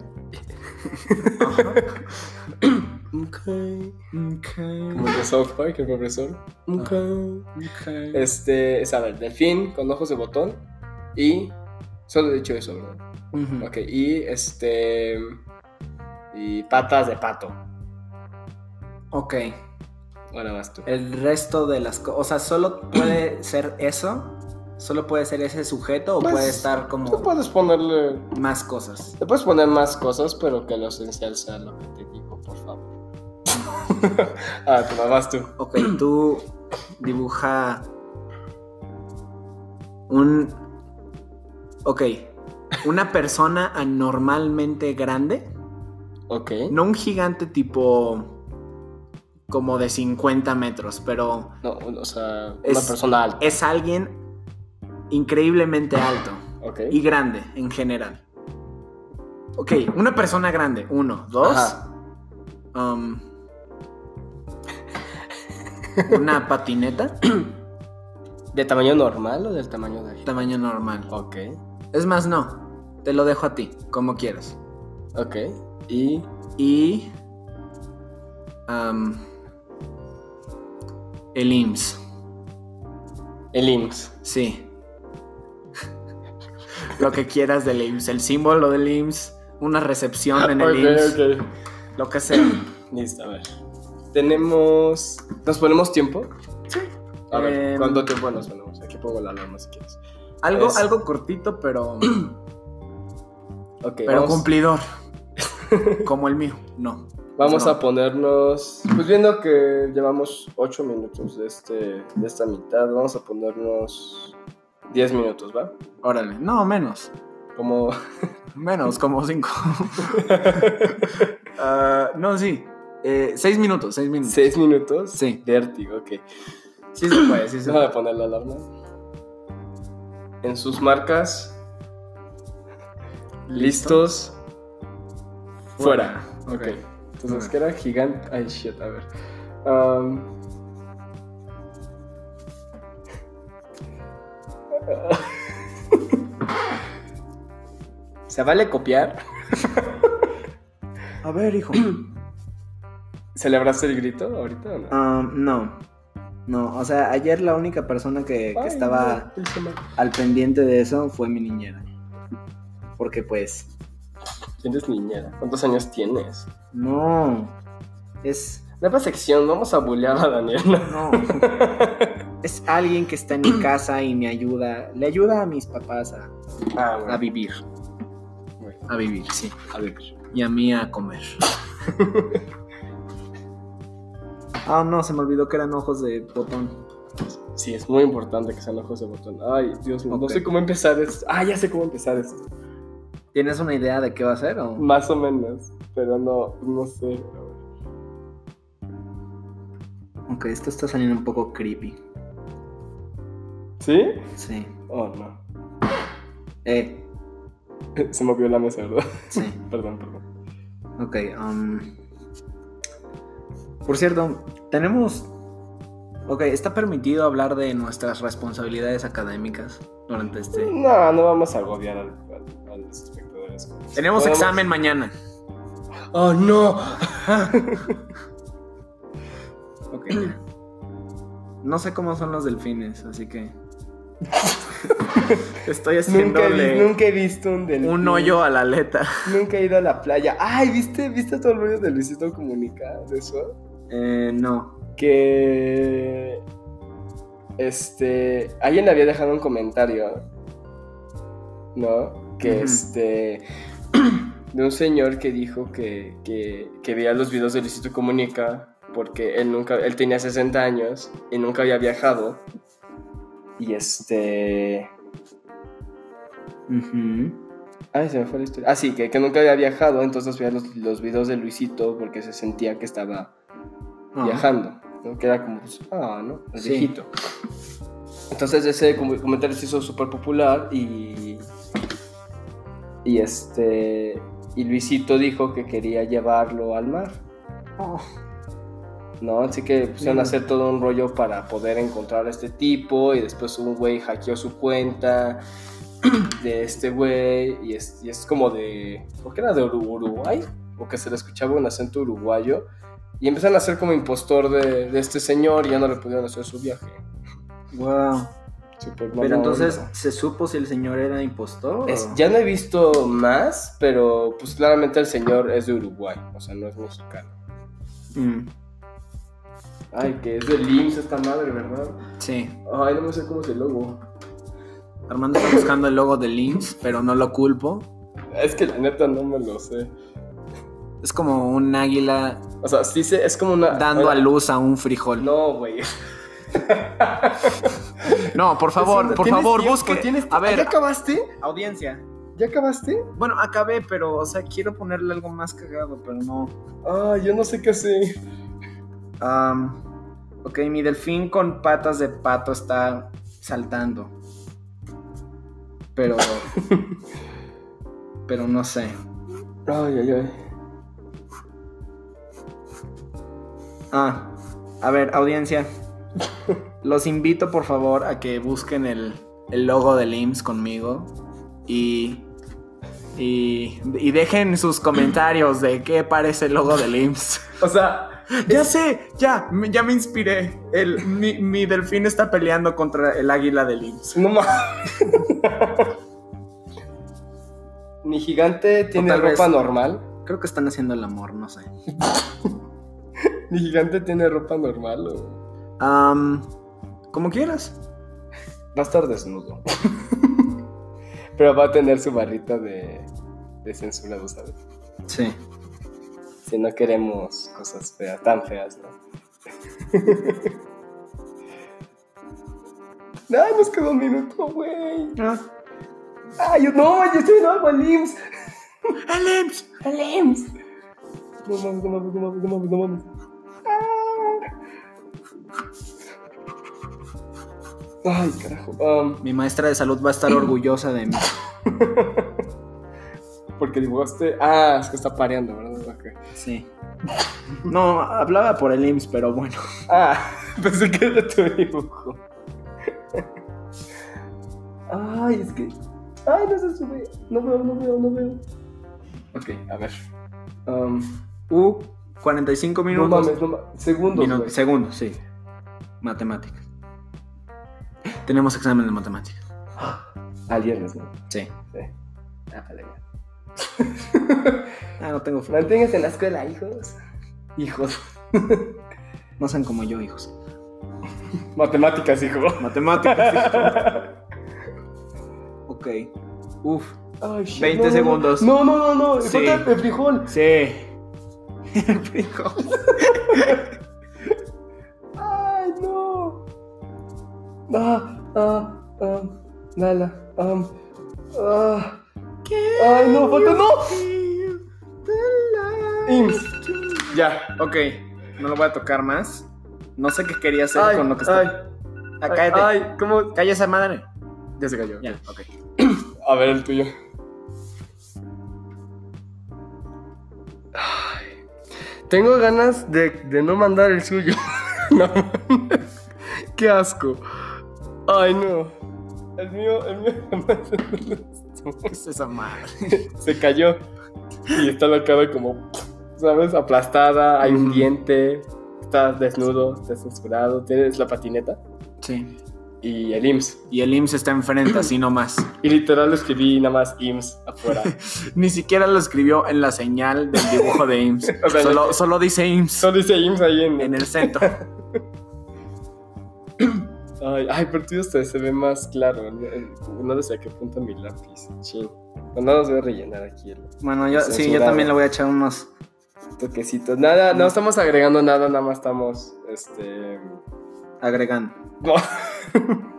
[SPEAKER 1] (laughs) Okay. Como
[SPEAKER 2] Ok.
[SPEAKER 1] el de South Park, el profesor. Okay. Este, es a ver, delfín con ojos de botón y solo he dicho eso, ¿verdad?
[SPEAKER 2] Ujú.
[SPEAKER 1] Ok, y este y patas de pato.
[SPEAKER 2] Ok.
[SPEAKER 1] Ahora vas tú.
[SPEAKER 2] El resto de las cosas. O sea, solo (clears throat) puede ser eso. Solo puede ser ese sujeto o
[SPEAKER 1] Pues,
[SPEAKER 2] puede estar como
[SPEAKER 1] Tú puedes ponerle
[SPEAKER 2] más cosas.
[SPEAKER 1] te puedes poner más cosas, pero que lo esencial sea lo que te digo, por favor. (laughs) ah, te vas tú.
[SPEAKER 2] (clears throat) Ok, tú dibuja un... Ok, una persona anormalmente grande,
[SPEAKER 1] Ok.
[SPEAKER 2] no un gigante tipo como de 50 metros, pero
[SPEAKER 1] No, o sea, una
[SPEAKER 2] Es-
[SPEAKER 1] persona alta.
[SPEAKER 2] es alguien increíblemente alto
[SPEAKER 1] Ok.
[SPEAKER 2] y grande en general. Ok, una persona grande, uno, dos.
[SPEAKER 1] Ajá.
[SPEAKER 2] um, una patineta, (coughs)
[SPEAKER 1] ¿De tamaño normal o del tamaño de
[SPEAKER 2] tamaño normal.
[SPEAKER 1] Ok.
[SPEAKER 2] Es más, no. Te lo dejo a ti, como quieras.
[SPEAKER 1] Ok. Y
[SPEAKER 2] Y. am, el IMSS.
[SPEAKER 1] el IMSS.
[SPEAKER 2] Sí. (laughs) lo que quieras del IMSS. El símbolo del IMSS. Una recepción Ah, en el IMSS.
[SPEAKER 1] Ok, ok.
[SPEAKER 2] Lo que sea.
[SPEAKER 1] Listo, a ver. Tenemos. ¿Nos ponemos tiempo? A ver,
[SPEAKER 2] Em,
[SPEAKER 1] ¿cuánto tiempo nos ponemos? Aquí pongo la alarma si quieres.
[SPEAKER 2] Algo,
[SPEAKER 1] Es-
[SPEAKER 2] algo cortito, pero.
[SPEAKER 1] Ok,
[SPEAKER 2] pero
[SPEAKER 1] vamos,
[SPEAKER 2] (laughs) cumplidor. como el mío. No.
[SPEAKER 1] vamos
[SPEAKER 2] no.
[SPEAKER 1] a ponernos. Pues viendo que llevamos 8 minutos de, este, de esta mitad, vamos a ponernos 10 minutos, ¿va?
[SPEAKER 2] Órale. No, menos. (laughs)
[SPEAKER 1] Como.
[SPEAKER 2] Menos, como (laughs) cinco. Ah, no, sí. Eh, seis minutos, seis minutos.
[SPEAKER 1] 6 minutos.
[SPEAKER 2] Sí.
[SPEAKER 1] Vértigo, ok.
[SPEAKER 2] Sí se puede, sí se
[SPEAKER 1] Déjame
[SPEAKER 2] puede.
[SPEAKER 1] poner la alarma. En sus marcas.
[SPEAKER 2] ¿Listo?
[SPEAKER 1] Listos. Fuera.
[SPEAKER 2] Ok.
[SPEAKER 1] Ok. Entonces,
[SPEAKER 2] Ok.
[SPEAKER 1] Pues que era gigante. Ay, shit, a ver. Am. (laughs) ¿Se vale copiar?
[SPEAKER 2] A ver, (clears throat) hijo.
[SPEAKER 1] ¿Celebraste el grito ahorita o
[SPEAKER 2] Ah,
[SPEAKER 1] no?
[SPEAKER 2] no. No, o sea, ayer la única persona que, que
[SPEAKER 1] Ay,
[SPEAKER 2] estaba
[SPEAKER 1] no, hice mal.
[SPEAKER 2] al pendiente de eso fue mi niñera. Porque pues,
[SPEAKER 1] Tienes niñera. ¿Cuántos años tienes?
[SPEAKER 2] no. Es,
[SPEAKER 1] Nueva sección, vamos a bullear a Daniel.
[SPEAKER 2] no. es alguien que está en mi casa y me ayuda. Le ayuda a mis papás a,
[SPEAKER 1] Ah,
[SPEAKER 2] a vivir.
[SPEAKER 1] bueno.
[SPEAKER 2] A vivir, sí.
[SPEAKER 1] A ver.
[SPEAKER 2] y a mí a comer. Ah, no, se me olvidó que eran ojos de botón.
[SPEAKER 1] Sí, es muy importante que sean ojos de botón. Ay, Dios mío, no
[SPEAKER 2] Ok.
[SPEAKER 1] sé cómo empezar esto. Ah, ya sé cómo empezar esto.
[SPEAKER 2] ¿Tienes una idea de qué va a ser o...?
[SPEAKER 1] Más o menos, pero no, no sé.
[SPEAKER 2] Aunque esto está saliendo un poco creepy.
[SPEAKER 1] ¿Sí?
[SPEAKER 2] Sí.
[SPEAKER 1] Oh, no. (laughs)
[SPEAKER 2] Eh,
[SPEAKER 1] Se movió la mesa, ¿verdad? (laughs)
[SPEAKER 2] sí.
[SPEAKER 1] Perdón, perdón.
[SPEAKER 2] Ok, um, Por cierto, tenemos... Ok, está permitido hablar de nuestras responsabilidades académicas durante este...
[SPEAKER 1] No, no vamos a agobiar al, al- a los espectadores.
[SPEAKER 2] Tenemos
[SPEAKER 1] Podemos-
[SPEAKER 2] examen mañana.
[SPEAKER 4] ¡Oh, no!
[SPEAKER 2] Ok.
[SPEAKER 1] (clears throat)
[SPEAKER 2] ya. No sé cómo son los delfines,
[SPEAKER 1] (laughs)
[SPEAKER 2] así que...
[SPEAKER 1] Nunca he,
[SPEAKER 2] Estoy
[SPEAKER 1] vi-
[SPEAKER 2] haciéndole
[SPEAKER 1] nunca he visto un delfín.
[SPEAKER 2] un hoyo a la aleta.
[SPEAKER 1] Nunca he ido a la playa. Ay, ¿viste? ¿Viste todo el rollo de Luisito Comunica? De eso.
[SPEAKER 2] Eh, no.
[SPEAKER 1] Que. Este. Alguien le había dejado un comentario. ¿No? Que
[SPEAKER 2] Ujú.
[SPEAKER 1] este. (clears throat) De un señor que dijo que, que, que veía los videos de Luisito Comunica porque él nunca. Él tenía 60 años y nunca había viajado. Y este.
[SPEAKER 2] Ujú.
[SPEAKER 1] Ay, se me fue la historia. Ah, sí, que, que nunca había viajado, entonces veía los, los videos de Luisito porque se sentía que estaba
[SPEAKER 2] Ah.
[SPEAKER 1] viajando, ¿no? Que era como, pues, ah, ¿no? Es
[SPEAKER 2] Sí.
[SPEAKER 1] viejito. Entonces ese com- comentario se hizo súper popular y... Y este... Y Luisito dijo que quería llevarlo al mar,
[SPEAKER 2] Oh,
[SPEAKER 1] ¿no? Así que pusieron a hacer todo un rollo para poder encontrar a este tipo y después un güey hackeó su cuenta (clears throat) de este güey y es, y es como de... ¿Por qué era de Uru- Uruguay? O que se le escuchaba un acento uruguayo y empezaron a ser como impostor de, de este señor y ya no le pudieron hacer su viaje.
[SPEAKER 2] wow.
[SPEAKER 1] Súper
[SPEAKER 2] Pero
[SPEAKER 1] mala
[SPEAKER 2] entonces,
[SPEAKER 1] onda.
[SPEAKER 2] ¿se supo si el señor era impostor? o-
[SPEAKER 1] Es- ya no he visto más, pero pues claramente el señor es de Uruguay, o sea, no es mexicano.
[SPEAKER 2] Mm,
[SPEAKER 1] Ay, que es del IMSS esta madre, ¿verdad?
[SPEAKER 2] sí.
[SPEAKER 1] Ay, no me sé cómo es el logo.
[SPEAKER 2] Armando está buscando el logo de IMSS, pero no lo culpo.
[SPEAKER 1] Es que la neta no me lo sé.
[SPEAKER 2] Es como un águila
[SPEAKER 1] O sea, sí sé, es como una.
[SPEAKER 2] dando
[SPEAKER 1] una-
[SPEAKER 2] a luz a un frijol. No,
[SPEAKER 1] No, güey.
[SPEAKER 2] por favor, por
[SPEAKER 1] ¿Tienes
[SPEAKER 2] favor,
[SPEAKER 1] tiempo?
[SPEAKER 2] busque.
[SPEAKER 1] ¿Tienes-
[SPEAKER 2] A
[SPEAKER 1] ¿Ya
[SPEAKER 2] ver,
[SPEAKER 1] acabaste?
[SPEAKER 2] audiencia.
[SPEAKER 1] ¿Ya acabaste?
[SPEAKER 2] Bueno, acabé, pero, o sea, quiero ponerle algo más cagado, pero no.
[SPEAKER 1] Ay, yo no sé qué hacer.
[SPEAKER 2] Am, ok, mi delfín con patas de pato está saltando.
[SPEAKER 1] (laughs)
[SPEAKER 2] Pero. pero no sé.
[SPEAKER 1] Ay, ay, ay.
[SPEAKER 2] Ah, a ver, (laughs) audiencia. Los invito por favor a que busquen el, el logo del IMSS conmigo y, y, y dejen sus comentarios de qué parece el logo del IMSS.
[SPEAKER 1] O sea,
[SPEAKER 2] (laughs) ya sé, ya, me- ya me inspiré. El, mi, mi delfín está peleando contra el águila del IMSS.
[SPEAKER 1] no más. (laughs) Mi gigante tiene
[SPEAKER 2] tal vez-
[SPEAKER 1] ropa normal.
[SPEAKER 2] Creo que están haciendo el amor, no sé.
[SPEAKER 1] Mi gigante tiene ropa normal. O...
[SPEAKER 2] Am, como quieras.
[SPEAKER 1] Va a estar desnudo. (laughs) Pero va a tener su barrita de, de censurado, ¿sabes?
[SPEAKER 2] Sí.
[SPEAKER 1] Si no queremos cosas feas, tan feas, ¿no? (laughs) Ay, nos quedó un minuto, güey.
[SPEAKER 2] Ah,
[SPEAKER 1] Ay, yo no, yo estoy en algo al IMSS.
[SPEAKER 2] el IMSS.
[SPEAKER 1] Al IMSS. No mames, no mames, no mames, no mames, no mames. Ah. Ay, carajo. Um,
[SPEAKER 2] Mi maestra de salud va a (clears throat) estar orgullosa de mí.
[SPEAKER 1] porque dibujaste. Ah, es que está pareando, ¿verdad? Ok.
[SPEAKER 2] Sí. No, hablaba por el IMSS, pero bueno.
[SPEAKER 1] Ah, (laughs) pensé que era tu dibujo. (laughs) Ay, es que. Ay, no se sube. No veo, no veo, no veo. Ok, a ver. Um,
[SPEAKER 2] U, 45
[SPEAKER 1] no
[SPEAKER 2] minutos.
[SPEAKER 1] mames, no mames. Segundos,
[SPEAKER 2] Minu-
[SPEAKER 1] güey.
[SPEAKER 2] segundos, sí. Matemáticas. Tenemos examen de matemáticas.
[SPEAKER 1] Al viernes, ¿no?
[SPEAKER 2] Sí.
[SPEAKER 1] Ah, vale, ya.
[SPEAKER 2] Ah, no tengo futuro.
[SPEAKER 1] Manténganse en la escuela, hijos. Hijos. (laughs)
[SPEAKER 2] No sean como yo, hijos.
[SPEAKER 1] Matemáticas, hijo.
[SPEAKER 2] Matemáticas. (laughs) ok. Uf.
[SPEAKER 1] Ay, shit,
[SPEAKER 2] 20
[SPEAKER 1] no, no, no.
[SPEAKER 2] segundos.
[SPEAKER 1] No, no, no, no.
[SPEAKER 2] Sí.
[SPEAKER 1] Falta el frijol.
[SPEAKER 2] Sí. (laughs) Hijo.
[SPEAKER 1] Ay, no. Ah, ah, ah, Lala, am, ah. Ay, no, falta, no. Ims.
[SPEAKER 2] Ya, ok. No lo voy a tocar más. No sé qué quería hacer
[SPEAKER 1] Ay,
[SPEAKER 2] con lo que
[SPEAKER 1] ay,
[SPEAKER 2] está. Ah, cállate.
[SPEAKER 1] ay, ¿cómo?
[SPEAKER 2] Calla esa madre.
[SPEAKER 1] Ya se cayó.
[SPEAKER 2] Ya, ok.
[SPEAKER 1] A ver el tuyo. Tengo ganas de, de no mandar el suyo. (laughs) No. Qué asco. Ay, no. El mío, el mío.
[SPEAKER 2] ¿Qué es esa madre?
[SPEAKER 1] Se cayó. Y está la cara como, ¿sabes? Aplastada, hay un
[SPEAKER 2] Ujú.
[SPEAKER 1] diente. Estás desnudo, estás censurado. Tienes la patineta
[SPEAKER 2] Sí.
[SPEAKER 1] y el IMSS.
[SPEAKER 2] Y el IMSS está enfrente, así nomás.
[SPEAKER 1] Y literal lo escribí nada más IMSS
[SPEAKER 2] (laughs)
[SPEAKER 1] afuera.
[SPEAKER 2] Ni siquiera lo escribió en la señal del dibujo de IMSS. (laughs)
[SPEAKER 1] O sea,
[SPEAKER 2] solo, solo dice IMSS
[SPEAKER 1] Solo dice IMSS ahí en,
[SPEAKER 2] en el centro.
[SPEAKER 1] Ay, ay, pero tuyo se, se ve más claro. No, no le sé a qué punto mi lápiz. Ching. Bueno, nos voy a rellenar aquí el
[SPEAKER 2] Bueno, yo, sí, yo
[SPEAKER 1] Censurado.
[SPEAKER 2] también le voy a echar unos.
[SPEAKER 1] toquecito. Nada, no estamos agregando nada, nada más estamos. Este.
[SPEAKER 2] Agregando.
[SPEAKER 1] No. (laughs)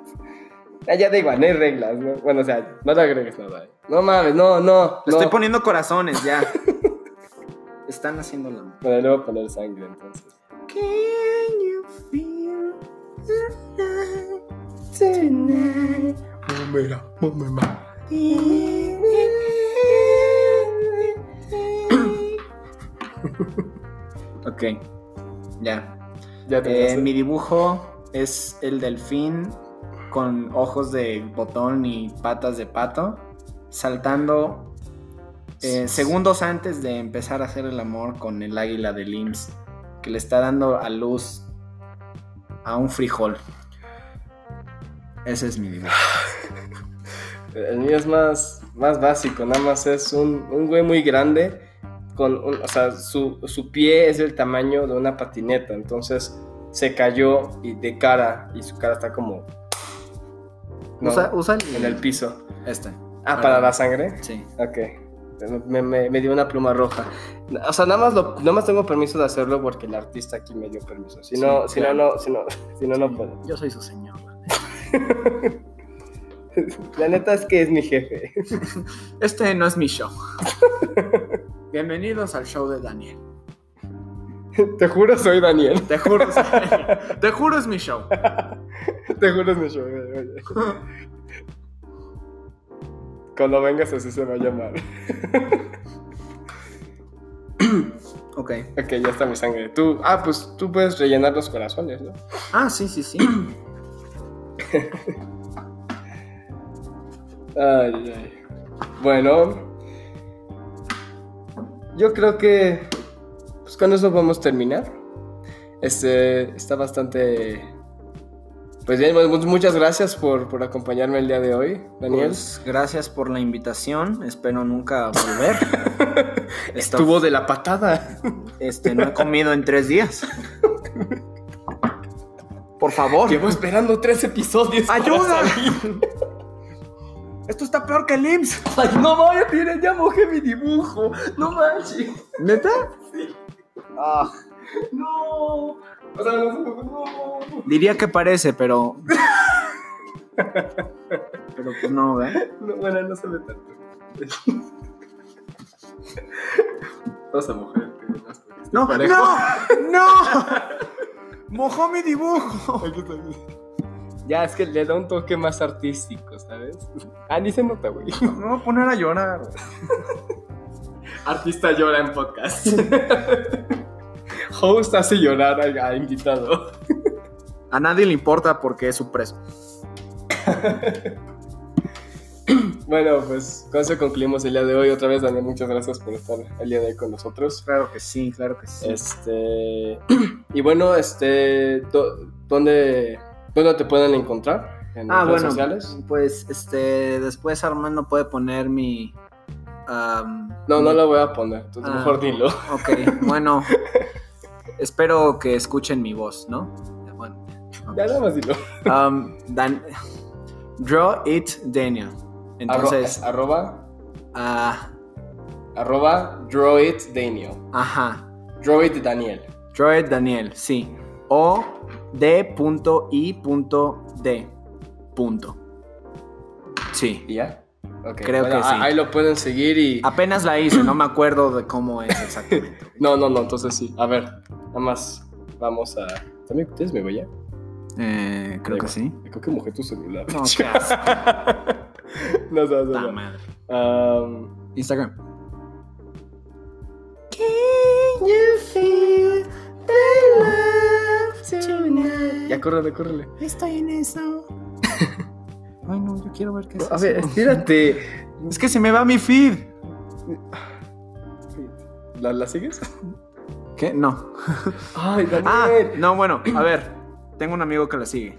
[SPEAKER 1] Ah, ya da igual, no hay reglas, ¿no? Bueno, o sea, no le agregues nada. ¿eh? No mames, no, no.
[SPEAKER 2] Le
[SPEAKER 1] no.
[SPEAKER 2] estoy poniendo corazones ya. (laughs) Están haciendo la.
[SPEAKER 1] Bueno, le voy a poner sangre entonces.
[SPEAKER 2] Can you feel
[SPEAKER 1] Mira, mira.
[SPEAKER 2] Ok. Ya.
[SPEAKER 1] Ya
[SPEAKER 2] Eh,
[SPEAKER 1] te
[SPEAKER 2] mi dibujo es el delfín con ojos de botón y patas de pato, saltando eh, segundos antes de empezar a hacer el amor con el águila de Limbs, que le está dando a luz a un frijol. Ese es mi dibujo.
[SPEAKER 1] El mío es más, más básico, nada más es un, un güey muy grande, con un- o sea, su, su pie es del tamaño de una patineta, entonces se cayó y de cara, y su cara está como... ¿no?
[SPEAKER 2] Usa, usa el,
[SPEAKER 1] en el piso.
[SPEAKER 2] Este.
[SPEAKER 1] Ah, para la sangre.
[SPEAKER 2] Sí.
[SPEAKER 1] Ok. Me, me- me dio una pluma roja. O sea, nada más, lo, nada más tengo permiso de hacerlo porque el artista aquí me dio permiso. Si
[SPEAKER 2] Sí,
[SPEAKER 1] no, si
[SPEAKER 2] claro.
[SPEAKER 1] no, no, si no, si no, no puedo.
[SPEAKER 2] Yo soy su señor.
[SPEAKER 1] (laughs) La neta es que es mi jefe.
[SPEAKER 2] Este no es mi (laughs) show. Bienvenidos al show de Daniel.
[SPEAKER 1] Te juro, soy Daniel. (laughs)
[SPEAKER 2] Te juro, (laughs) te juro es mi show.
[SPEAKER 1] Te juro es mi show. oye, oye. Cuando vengas así se va a llamar.
[SPEAKER 2] Ok.
[SPEAKER 1] Ok, ya está mi sangre. Tú, ah, pues tú puedes rellenar los corazones, ¿no?
[SPEAKER 2] Ah, sí, sí, sí.
[SPEAKER 1] Ay, ay. Bueno, yo creo que pues con eso vamos a terminar. Este está bastante. Pues bien, mu- muchas gracias por, por acompañarme el día de hoy, Daniel.
[SPEAKER 2] Pues, gracias por la invitación. Espero nunca volver.
[SPEAKER 1] (laughs)
[SPEAKER 2] Esto-
[SPEAKER 1] Estuvo de la patada.
[SPEAKER 2] Este, no he comido en tres días. Por favor.
[SPEAKER 1] Llevo esperando tres episodios. para
[SPEAKER 2] ¡Ayuda!
[SPEAKER 1] salir.
[SPEAKER 2] Esto está peor que el IMSS.
[SPEAKER 1] Ay, no vaya, mira, ya mojé mi dibujo. No manches.
[SPEAKER 2] ¿Neta?
[SPEAKER 1] Ah. No. O sea, no, no,
[SPEAKER 2] Diría que parece, pero. Pero pues no, ¿verdad?
[SPEAKER 1] no. Bueno, no se ve tanto. Vas a mojar el pelo más porque está
[SPEAKER 2] No,
[SPEAKER 1] parejo.
[SPEAKER 2] no, no. Mojó mi dibujo.
[SPEAKER 1] Aquí está. Ya, es que le da un toque más artístico, ¿sabes? Ah, ni se nota, güey.
[SPEAKER 2] Me voy a poner a llorar.
[SPEAKER 1] Artista llora en podcast. Host hace llorar al, al invitado.
[SPEAKER 2] A nadie le importa porque es su preso.
[SPEAKER 1] Bueno, pues con eso concluimos el día de hoy. Otra vez, Daniel, muchas gracias por estar el día de hoy con nosotros.
[SPEAKER 2] Claro que sí, claro que sí.
[SPEAKER 1] Este. Y bueno, este. do- ¿Dónde, dónde te pueden encontrar? En
[SPEAKER 2] Ah,
[SPEAKER 1] redes
[SPEAKER 2] bueno,
[SPEAKER 1] sociales.
[SPEAKER 2] pues este, después Armando puede poner mi... am,
[SPEAKER 1] No, no
[SPEAKER 2] mi-
[SPEAKER 1] lo voy a poner. Entonces,
[SPEAKER 2] Ah.
[SPEAKER 1] mejor dilo. (laughs)
[SPEAKER 2] Ok, bueno, espero que escuchen mi voz, ¿no? Bueno, ok.
[SPEAKER 1] Ya nada más dilo.
[SPEAKER 2] Am, Dan- Draw It Daniel. Entonces,
[SPEAKER 1] Arroba.
[SPEAKER 2] ah,
[SPEAKER 1] Arroba. Draw it Daniel.
[SPEAKER 2] ajá,
[SPEAKER 1] Draw it Daniel.
[SPEAKER 2] Draw It Daniel, sí. O D.I.D. Punto. Sí.
[SPEAKER 1] ¿Y ya? Ok,
[SPEAKER 2] Creo
[SPEAKER 1] bueno,
[SPEAKER 2] que
[SPEAKER 1] a-
[SPEAKER 2] sí. Ah.
[SPEAKER 1] Ahí lo pueden seguir y...
[SPEAKER 2] Apenas la hice, no me acuerdo de cómo es exactamente.
[SPEAKER 1] No, no, no, entonces sí. A ver, nada más vamos a... ¿También ustedes me voy ya?
[SPEAKER 2] Eh, creo que sí.
[SPEAKER 1] Creo que mojé tu celular.
[SPEAKER 2] No, qué asco,
[SPEAKER 1] (laughs) no, no, no,
[SPEAKER 2] puta
[SPEAKER 1] no.
[SPEAKER 2] madre.
[SPEAKER 1] Um,
[SPEAKER 2] Instagram.
[SPEAKER 1] ya córrele, córrele.
[SPEAKER 2] Estoy en eso. (laughs) Ay, no, yo quiero ver qué es.
[SPEAKER 1] A ver, estírate.
[SPEAKER 2] Es que se me va mi feed.
[SPEAKER 1] ¿La, la sigues?
[SPEAKER 2] ¿Qué? No.
[SPEAKER 1] Ay,
[SPEAKER 2] Ah,
[SPEAKER 1] Daniel.
[SPEAKER 2] no, bueno, a ver. Tengo un amigo que la sigue.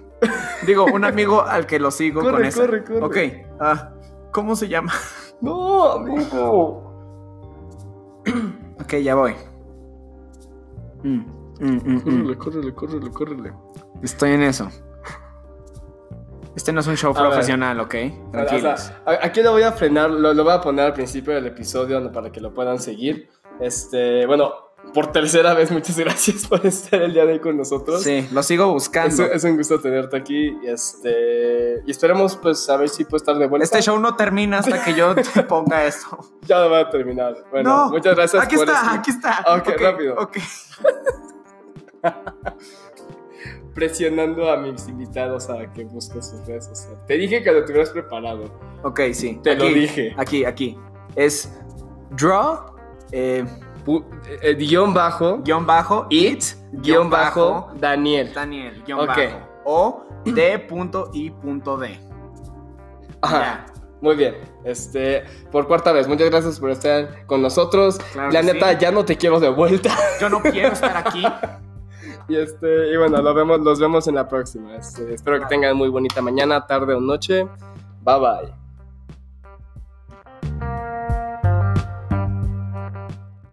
[SPEAKER 2] Digo, un amigo al que lo sigo
[SPEAKER 1] Corre,
[SPEAKER 2] con esa.
[SPEAKER 1] corre, corre.
[SPEAKER 2] Ok. ah, ¿Cómo se llama?
[SPEAKER 1] No, amigo.
[SPEAKER 2] Ok, ya voy. Mm, mm, mm, mm.
[SPEAKER 1] Córrele, córrele, córrele, córrele.
[SPEAKER 2] Estoy en eso. Este no es un show
[SPEAKER 1] A ver.
[SPEAKER 2] profesional, ¿ok?
[SPEAKER 1] O
[SPEAKER 2] Tranquilos.
[SPEAKER 1] sea, a- aquí lo voy a frenar, lo, lo voy a poner al principio del episodio para que lo puedan seguir. Este, bueno, por tercera vez, muchas gracias por estar el día de hoy con nosotros.
[SPEAKER 2] Sí, lo sigo
[SPEAKER 1] Es,
[SPEAKER 2] buscando.
[SPEAKER 1] un- es un gusto tenerte aquí y este y esperemos pues a ver si puedo estar de vuelta.
[SPEAKER 2] Este show no termina hasta que yo te
[SPEAKER 1] (laughs)
[SPEAKER 2] ponga eso.
[SPEAKER 1] ya va a terminar. Bueno,
[SPEAKER 2] No,
[SPEAKER 1] muchas gracias
[SPEAKER 2] Aquí
[SPEAKER 1] por
[SPEAKER 2] está,
[SPEAKER 1] escu-
[SPEAKER 2] aquí está.
[SPEAKER 1] Ok, rápido.
[SPEAKER 2] ok.
[SPEAKER 1] presionando a mis invitados a que busquen sus redes sociales. Te dije que lo tuvieras preparado.
[SPEAKER 2] Ok, sí.
[SPEAKER 1] Te lo
[SPEAKER 2] Aquí,
[SPEAKER 1] dije.
[SPEAKER 2] Aquí, aquí. Es draw, eh,
[SPEAKER 1] Pu- eh, eh, guión bajo,
[SPEAKER 2] guión bajo, it,
[SPEAKER 1] guión bajo, Daniel.
[SPEAKER 2] Daniel, guión
[SPEAKER 1] Ok.
[SPEAKER 2] bajo. O d.i.d.
[SPEAKER 1] Ajá.
[SPEAKER 2] Ya.
[SPEAKER 1] Muy bien, este, por cuarta vez, muchas gracias por estar con nosotros.
[SPEAKER 2] Claro
[SPEAKER 1] La
[SPEAKER 2] que
[SPEAKER 1] neta,
[SPEAKER 2] sí.
[SPEAKER 1] ya no te quiero de vuelta. (laughs)
[SPEAKER 2] Yo no quiero estar aquí.
[SPEAKER 1] Y este, y bueno, nos vemos, nos vemos en la próxima. Este, espero que
[SPEAKER 2] Bye.
[SPEAKER 1] tengan muy bonita mañana, tarde o noche. Bye bye.